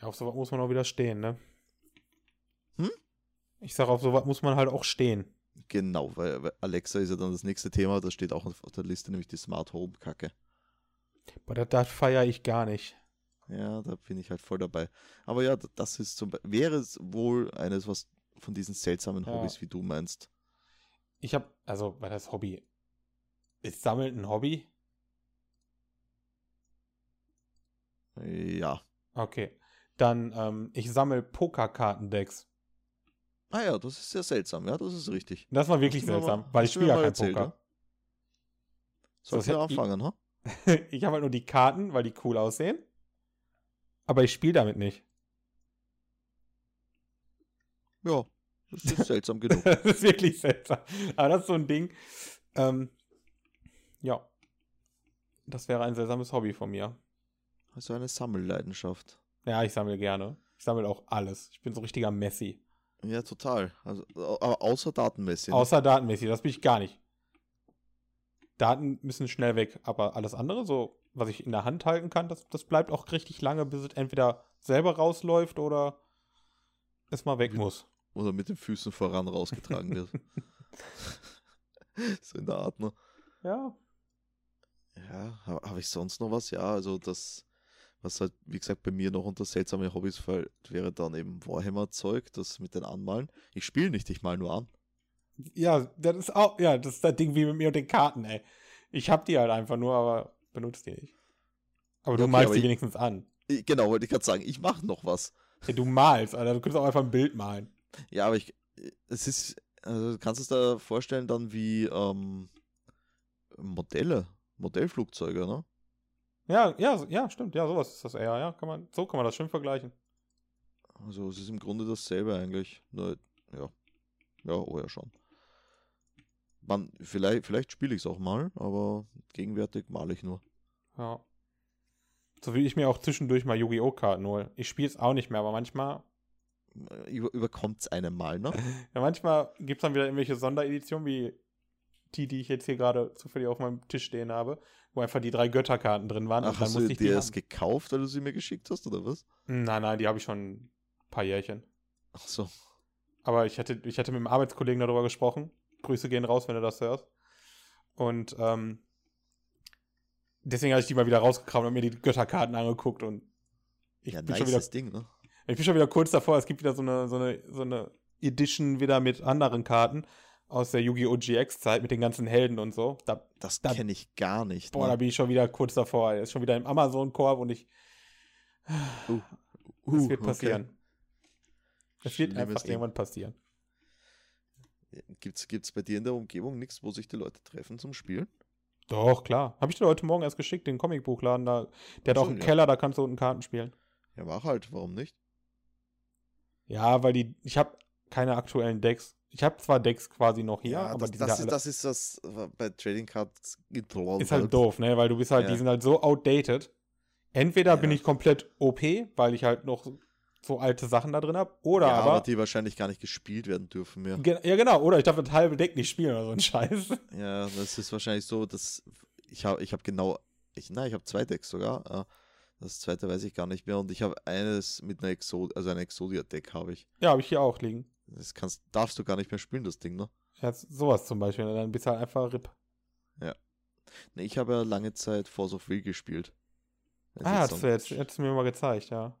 S2: Ja, auf sowas muss man auch wieder stehen, ne?
S1: Hm?
S2: Ich sag, auf sowas muss man halt auch stehen.
S1: Genau, weil weil Alexa ist ja dann das nächste Thema, das steht auch auf auf der Liste, nämlich die Smart Home-Kacke.
S2: Aber das, das feiere ich gar nicht.
S1: Ja, da bin ich halt voll dabei. Aber ja, d- das ist zum Beispiel, wäre es wohl eines, was von diesen seltsamen
S2: Ja.
S1: Hobbys, wie du meinst.
S2: Ich hab, also, weil das Hobby. Ist Sammeln ein Hobby?
S1: Ja.
S2: Okay. Dann, ähm, ich sammel Pokerkartendecks.
S1: Ah ja, das ist sehr seltsam, ja, das ist richtig.
S2: Das war wirklich
S1: Hast du mir
S2: seltsam,
S1: mal-
S2: weil ich
S1: hast du mir
S2: spiele ja
S1: mal
S2: kein
S1: erzählt,
S2: Poker.
S1: Soll
S2: das
S1: ich wieder
S2: hat-
S1: anfangen, ha? ne?
S2: ich habe halt nur die Karten, weil die cool aussehen. Aber ich spiele damit nicht.
S1: ne? Ja, Das ist seltsam genug.
S2: das ist wirklich seltsam. Aber das ist so ein Ding. Ähm, ja. Das wäre ein seltsames Hobby von mir.
S1: Also eine Sammelleidenschaft.
S2: Ja, ich sammle gerne. Ich sammle auch alles. Ich bin so richtiger Messi.
S1: Ja, total. Also, au- au- außer datenmäßig.
S2: Außer datenmäßig, das bin ich gar nicht. Daten müssen schnell weg, aber alles andere, so was ich in der Hand halten kann, das, das bleibt auch richtig lange, bis es entweder selber rausläuft oder es mal weg muss.
S1: Oder mit den Füßen voran rausgetragen wird. so in der Art, ne?
S2: Ja.
S1: Ja, habe hab ich sonst noch was? Ja, also das, was halt, wie gesagt, bei mir noch unter seltsame Hobbys fällt, wäre dann eben Warhammer-Zeug, das mit den Anmalen. Ich spiele nicht, ich mal nur an.
S2: Ja, das ist auch, ja, das ist das Ding wie mit mir und den Karten, ey. Ich hab die halt einfach nur, aber benutzt die nicht. Aber du
S1: Ja, okay,
S2: malst
S1: aber
S2: die
S1: ich-
S2: wenigstens an.
S1: Ich, genau, wollte ich gerade sagen, ich mache noch was.
S2: Ja, du malst, Alter. Du könntest auch einfach ein Bild malen.
S1: Ja, aber ich, es ist, also kannst du es da vorstellen dann wie ähm, Modelle, Modellflugzeuge, ne?
S2: Ja, ja, so- ja, stimmt. Ja, sowas ist das eher. Ja, kann man, so kann man das schön vergleichen.
S1: Also es ist im Grunde dasselbe eigentlich. Nur, ja. Ja, oh ja schon. Man, vielleicht vielleicht spiele ich es auch mal, aber gegenwärtig male ich nur.
S2: Ja. So wie ich mir auch zwischendurch mal Yu-Gi-Oh! Karten hole. Ich spiele es auch nicht mehr, aber manchmal,
S1: Über, Überkommt es einem mal, ne?
S2: ja, manchmal gibt es dann wieder irgendwelche Sondereditionen, wie die, die ich jetzt hier gerade zufällig auf meinem Tisch stehen habe, wo einfach die drei Götterkarten drin waren.
S1: Ach, hast du dir erst
S2: haben.
S1: gekauft, weil du sie mir geschickt hast, oder was?
S2: Nein, nein, die habe ich schon ein paar Jährchen.
S1: Ach so.
S2: Aber ich hatte, ich hatte mit einem Arbeitskollegen darüber gesprochen. Grüße gehen raus, wenn du das hörst. Und ähm, deswegen habe ich die mal wieder rausgekramt und mir die Götterkarten angeguckt und ich,
S1: ja,
S2: bin schon wieder,
S1: nice Ding, ne?
S2: ich bin schon wieder kurz davor. Es gibt wieder so eine, so eine, so eine Edition wieder mit anderen Karten aus der Yu-Gi-Oh! GX-Zeit mit den ganzen Helden und so. Da,
S1: Das
S2: Da-
S1: kenne ich gar nicht.
S2: boah, da
S1: ne?
S2: bin ich schon wieder kurz davor. Er ist schon wieder im Amazon-Korb und ich, es wird
S1: Uh, okay.
S2: passieren. Es wird
S1: Schlimmes
S2: einfach
S1: Ding.
S2: irgendwann passieren.
S1: Gibt's, gibt's bei dir in der Umgebung nichts, wo sich die Leute treffen zum Spielen?
S2: Doch, klar. Habe ich dir heute Morgen erst geschickt, den Comicbuchladen da. Der hat
S1: Ach
S2: auch
S1: so,
S2: einen
S1: ja.
S2: Keller, da kannst du unten Karten spielen.
S1: Ja, mach halt, warum nicht?
S2: Ja, weil die, ich habe keine aktuellen Decks. Ich habe zwar Decks quasi noch hier, aber
S1: das,
S2: die
S1: das, ist,
S2: sind da
S1: das ist das äh, bei Trading Cards
S2: alle, ist halt doof, ne? Weil du bist halt,
S1: Ja.
S2: die sind halt so outdated. Entweder bin
S1: Ja.
S2: ich komplett OP, weil ich halt noch so alte Sachen da drin habe, oder
S1: ja,
S2: aber,
S1: die wahrscheinlich gar nicht gespielt werden dürfen mehr.
S2: Ge- ja genau, oder ich darf das halbe Deck nicht spielen oder so ein Scheiß.
S1: Ja, das ist wahrscheinlich so, dass ich habe ich hab genau, ich, nein, ich habe zwei Decks sogar. äh, Das zweite weiß ich gar nicht mehr und ich habe eines mit einer Exodia, also ein Exodia-Deck habe ich.
S2: Ja, habe ich hier auch liegen.
S1: Das kannst, darfst du gar nicht mehr spielen, das Ding, ne?
S2: Ja, sowas zum Beispiel, dann bist du halt einfach RIP.
S1: Nee, ich habe ja lange Zeit Force of Will gespielt. Als
S2: ah,
S1: ich
S2: hast du
S1: dann-
S2: jetzt, jetzt mir mal gezeigt, ja.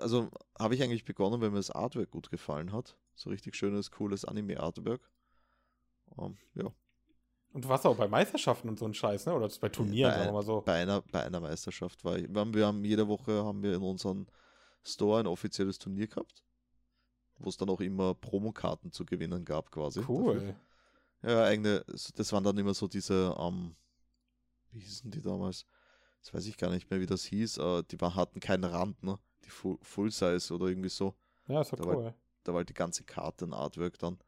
S1: Also habe ich eigentlich begonnen, weil mir das Artwork gut gefallen hat. So richtig schönes, cooles Anime-Artwork. Ähm, ja.
S2: Und du warst auch bei Meisterschaften und so ein Scheiß, ne? Oder bei Turnieren,
S1: bei-
S2: sagen wir mal so.
S1: bei einer, bei einer Meisterschaft war ich. Wir haben, wir haben jede Woche haben wir in unserem Store ein offizielles Turnier gehabt, wo es dann auch immer Promokarten zu gewinnen gab, quasi.
S2: Cool.
S1: dafür. Ja, eigene, das waren dann immer so diese, ähm, wie hießen die damals? Das weiß ich gar nicht mehr, wie das hieß. Äh, die war, hatten keinen Rand, ne? Die Full, Full Size oder irgendwie so.
S2: Ja, ist doch
S1: Da war-
S2: cool.
S1: Da war halt die ganze Karte ein Artwork dann.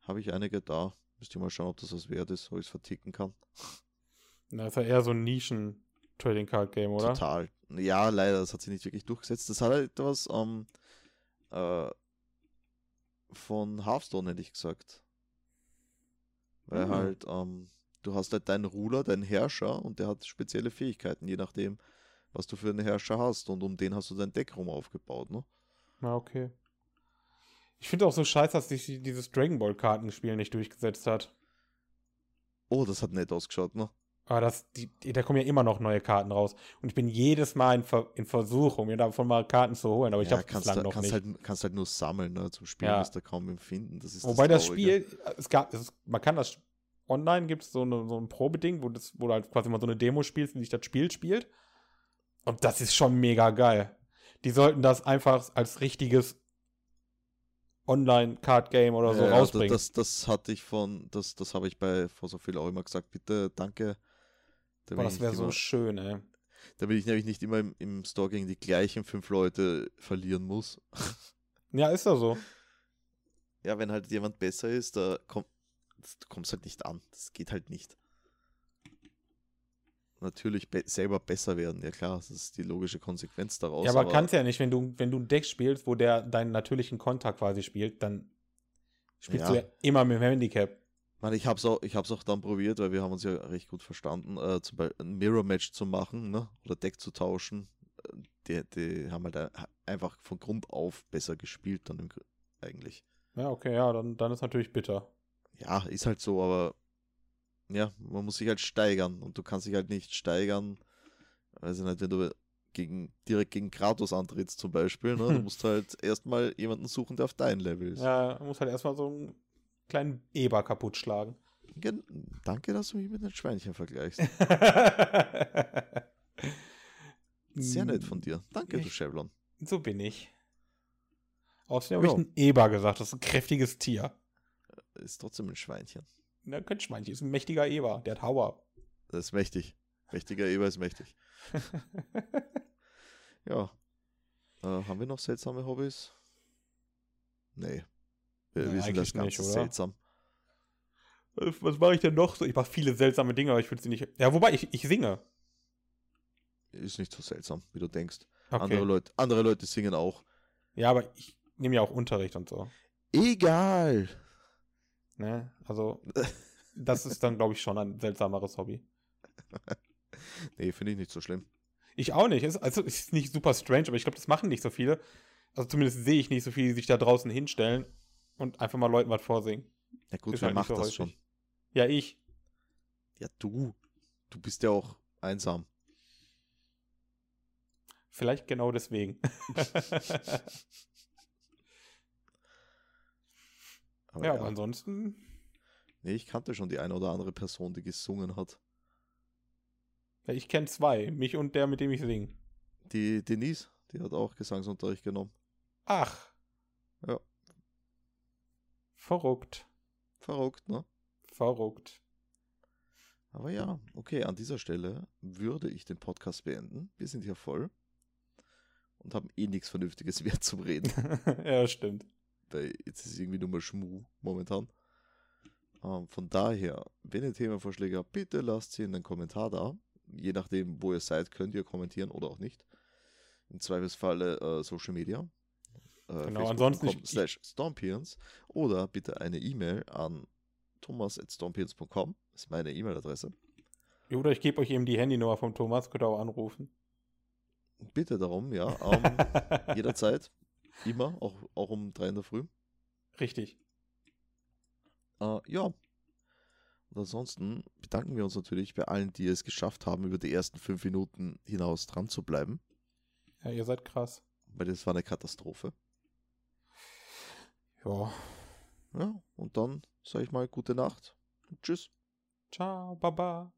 S1: Habe ich einige da. Müsste ich mal schauen, ob das was wert ist, ob ich es verticken kann.
S2: Na, ist ja eher so ein Nischen-Trading Card Game, oder?
S1: Total. Ja, leider, das hat sich nicht wirklich durchgesetzt. Das hat halt etwas ähm, äh, von Hearthstone, hätte ich gesagt. Weil
S2: Mhm.
S1: halt, ähm, du hast halt deinen Ruler, deinen Herrscher und der hat spezielle Fähigkeiten, je nachdem, was du für einen Herrscher hast. Und um den hast du dein Deck rum aufgebaut, ne?
S2: Na, okay. Ich finde auch so scheiße, dass sich die- dieses Dragon Ball Kartenspiel nicht durchgesetzt hat.
S1: Oh, das hat nett ausgeschaut, ne?
S2: Aber das, die, die, da kommen ja immer noch neue Karten raus. Und ich bin jedes Mal in, Ver in Versuchung, mir davon mal Karten zu holen, aber ich habe
S1: kannst,
S2: bislang
S1: da-
S2: noch
S1: kannst,
S2: nicht.
S1: halt, kannst halt nur sammeln, ne? Zum Spielen
S2: Ja.
S1: wirst du kaum empfinden. Das ist
S2: Wobei das,
S1: Traurige.
S2: Spiel, äh, es gab, es, man kann das, online gibt es so, eine, so ein Probeding, wo, das, wo du halt quasi mal so eine Demo spielst, wie sich das Spiel spielt. Und das ist schon mega geil. Die sollten das einfach als richtiges Online-Card-Game oder so
S1: Ja, ja,
S2: rausbringen.
S1: Das, das, das hatte ich von, das, das habe ich bei vor so viel auch immer gesagt. Bitte, danke. Da
S2: Boah,
S1: will,
S2: das
S1: ich
S2: wäre
S1: nicht
S2: so
S1: immer,
S2: schön, ey.
S1: da will ich nämlich nicht immer im, im Store gegen die gleichen fünf Leute verlieren muss.
S2: Ja, ist ja so.
S1: ja, wenn halt jemand besser ist, da komm, du kommst halt nicht an. Das geht halt nicht. Natürlich be selber besser werden, ja klar, das ist die logische Konsequenz daraus.
S2: Ja, aber, kannst ja nicht, wenn du, wenn du ein Deck spielst, wo der deinen natürlichen Konter quasi spielt, dann spielst
S1: Ja.
S2: du ja immer mit dem Handicap.
S1: Man, ich hab's auch, ich hab's auch dann probiert, weil wir haben uns ja recht gut verstanden, äh, zum Beispiel ein Mirror-Match zu machen, ne? Oder Deck zu tauschen. Äh, Die, die haben halt ein- einfach von Grund auf besser gespielt dann im, Gr- eigentlich.
S2: Ja, okay, ja, dann, dann ist natürlich bitter.
S1: Ja, ist halt so, aber ja, man muss sich halt steigern und du kannst dich halt nicht steigern, weiß ich nicht, wenn du gegen, direkt gegen Kratos antrittst zum Beispiel, ne? Du
S2: Hm.
S1: musst halt erstmal jemanden suchen, der auf dein Level ist.
S2: Ja, muss halt erstmal so einen kleinen Eber kaputt schlagen.
S1: Gen Danke, dass du mich mit den Schweinchen vergleichst. Sehr nett von dir. Danke, du
S2: Ich-
S1: Chevlon.
S2: So bin ich. Außerdem habe
S1: Ja.
S2: ich einen Eber gesagt, das ist ein kräftiges Tier.
S1: Ist trotzdem ein Schweinchen.
S2: Na, könnte ich manche. Ist ein mächtiger Eber, der hat Hauer.
S1: Das ist mächtig. Mächtiger Eber ist mächtig. ja. Äh, haben wir noch seltsame Hobbys? Nee. Wir wissen
S2: Nee,
S1: das
S2: eigentlich nicht,
S1: Ganze
S2: oder?
S1: seltsam.
S2: Was was mache ich denn noch so? Ich mache viele seltsame Dinge, aber ich würde sie nicht. Ja, wobei, ich, ich singe.
S1: Ist nicht so seltsam, wie du denkst.
S2: Okay.
S1: Andere, Leute, andere Leute singen auch.
S2: Ja, aber ich nehme ja auch Unterricht und so.
S1: Egal.
S2: Ne? Also, das ist dann, glaube ich, schon ein seltsameres Hobby.
S1: Nee, finde ich nicht so schlimm.
S2: Ich auch nicht. Es- Also, es ist nicht super strange, aber ich glaube, das machen nicht so viele. Also, zumindest sehe ich nicht so viele, die sich da draußen hinstellen und einfach mal Leuten was vorsingen.
S1: Na gut,
S2: Ist
S1: wer
S2: halt nicht
S1: macht
S2: so
S1: das
S2: häufig.
S1: schon?
S2: Ja, ich.
S1: Ja, du. Du bist ja auch einsam.
S2: Vielleicht genau deswegen.
S1: Aber
S2: ja, aber ansonsten.
S1: Nee, ich kannte schon die eine oder andere Person, die gesungen hat.
S2: Ja, ich kenne zwei. Mich und der, mit dem ich singe.
S1: Die Denise, die hat auch Gesangsunterricht genommen.
S2: Ach.
S1: Ja.
S2: Verrückt.
S1: Verrückt, ne?
S2: Verrückt.
S1: Aber ja, okay, an dieser Stelle würde ich den Podcast beenden. Wir sind hier voll und haben eh nichts Vernünftiges mehr zum Reden,
S2: ja, stimmt.
S1: weil jetzt ist irgendwie nur mal Schmuh momentan. Ähm, von daher, wenn ihr Themenvorschläge habt, bitte lasst sie in den Kommentar da. Je nachdem, wo ihr seid, könnt ihr kommentieren oder auch nicht. Im Zweifelsfalle äh, Social Media. Äh, facebook.com
S2: Genau, ansonsten ich- ich-
S1: slash Stompions oder bitte eine E-Mail an thomas.stompions.com ist meine E-Mail-Adresse.
S2: Ja, Oder ich gebe euch eben die Handynummer vom Thomas, könnt ihr auch anrufen.
S1: Bitte darum, ja. Ähm, jederzeit. Immer, auch, auch um drei in der Früh.
S2: Richtig.
S1: Äh, ja. Und ansonsten bedanken wir uns natürlich bei allen, die es geschafft haben, über die ersten fünf Minuten hinaus dran zu bleiben,
S2: Ja, ihr seid krass.
S1: weil das war eine Katastrophe.
S2: Ja.
S1: Ja, und dann sage ich mal gute Nacht und tschüss.
S2: Ciao, Baba.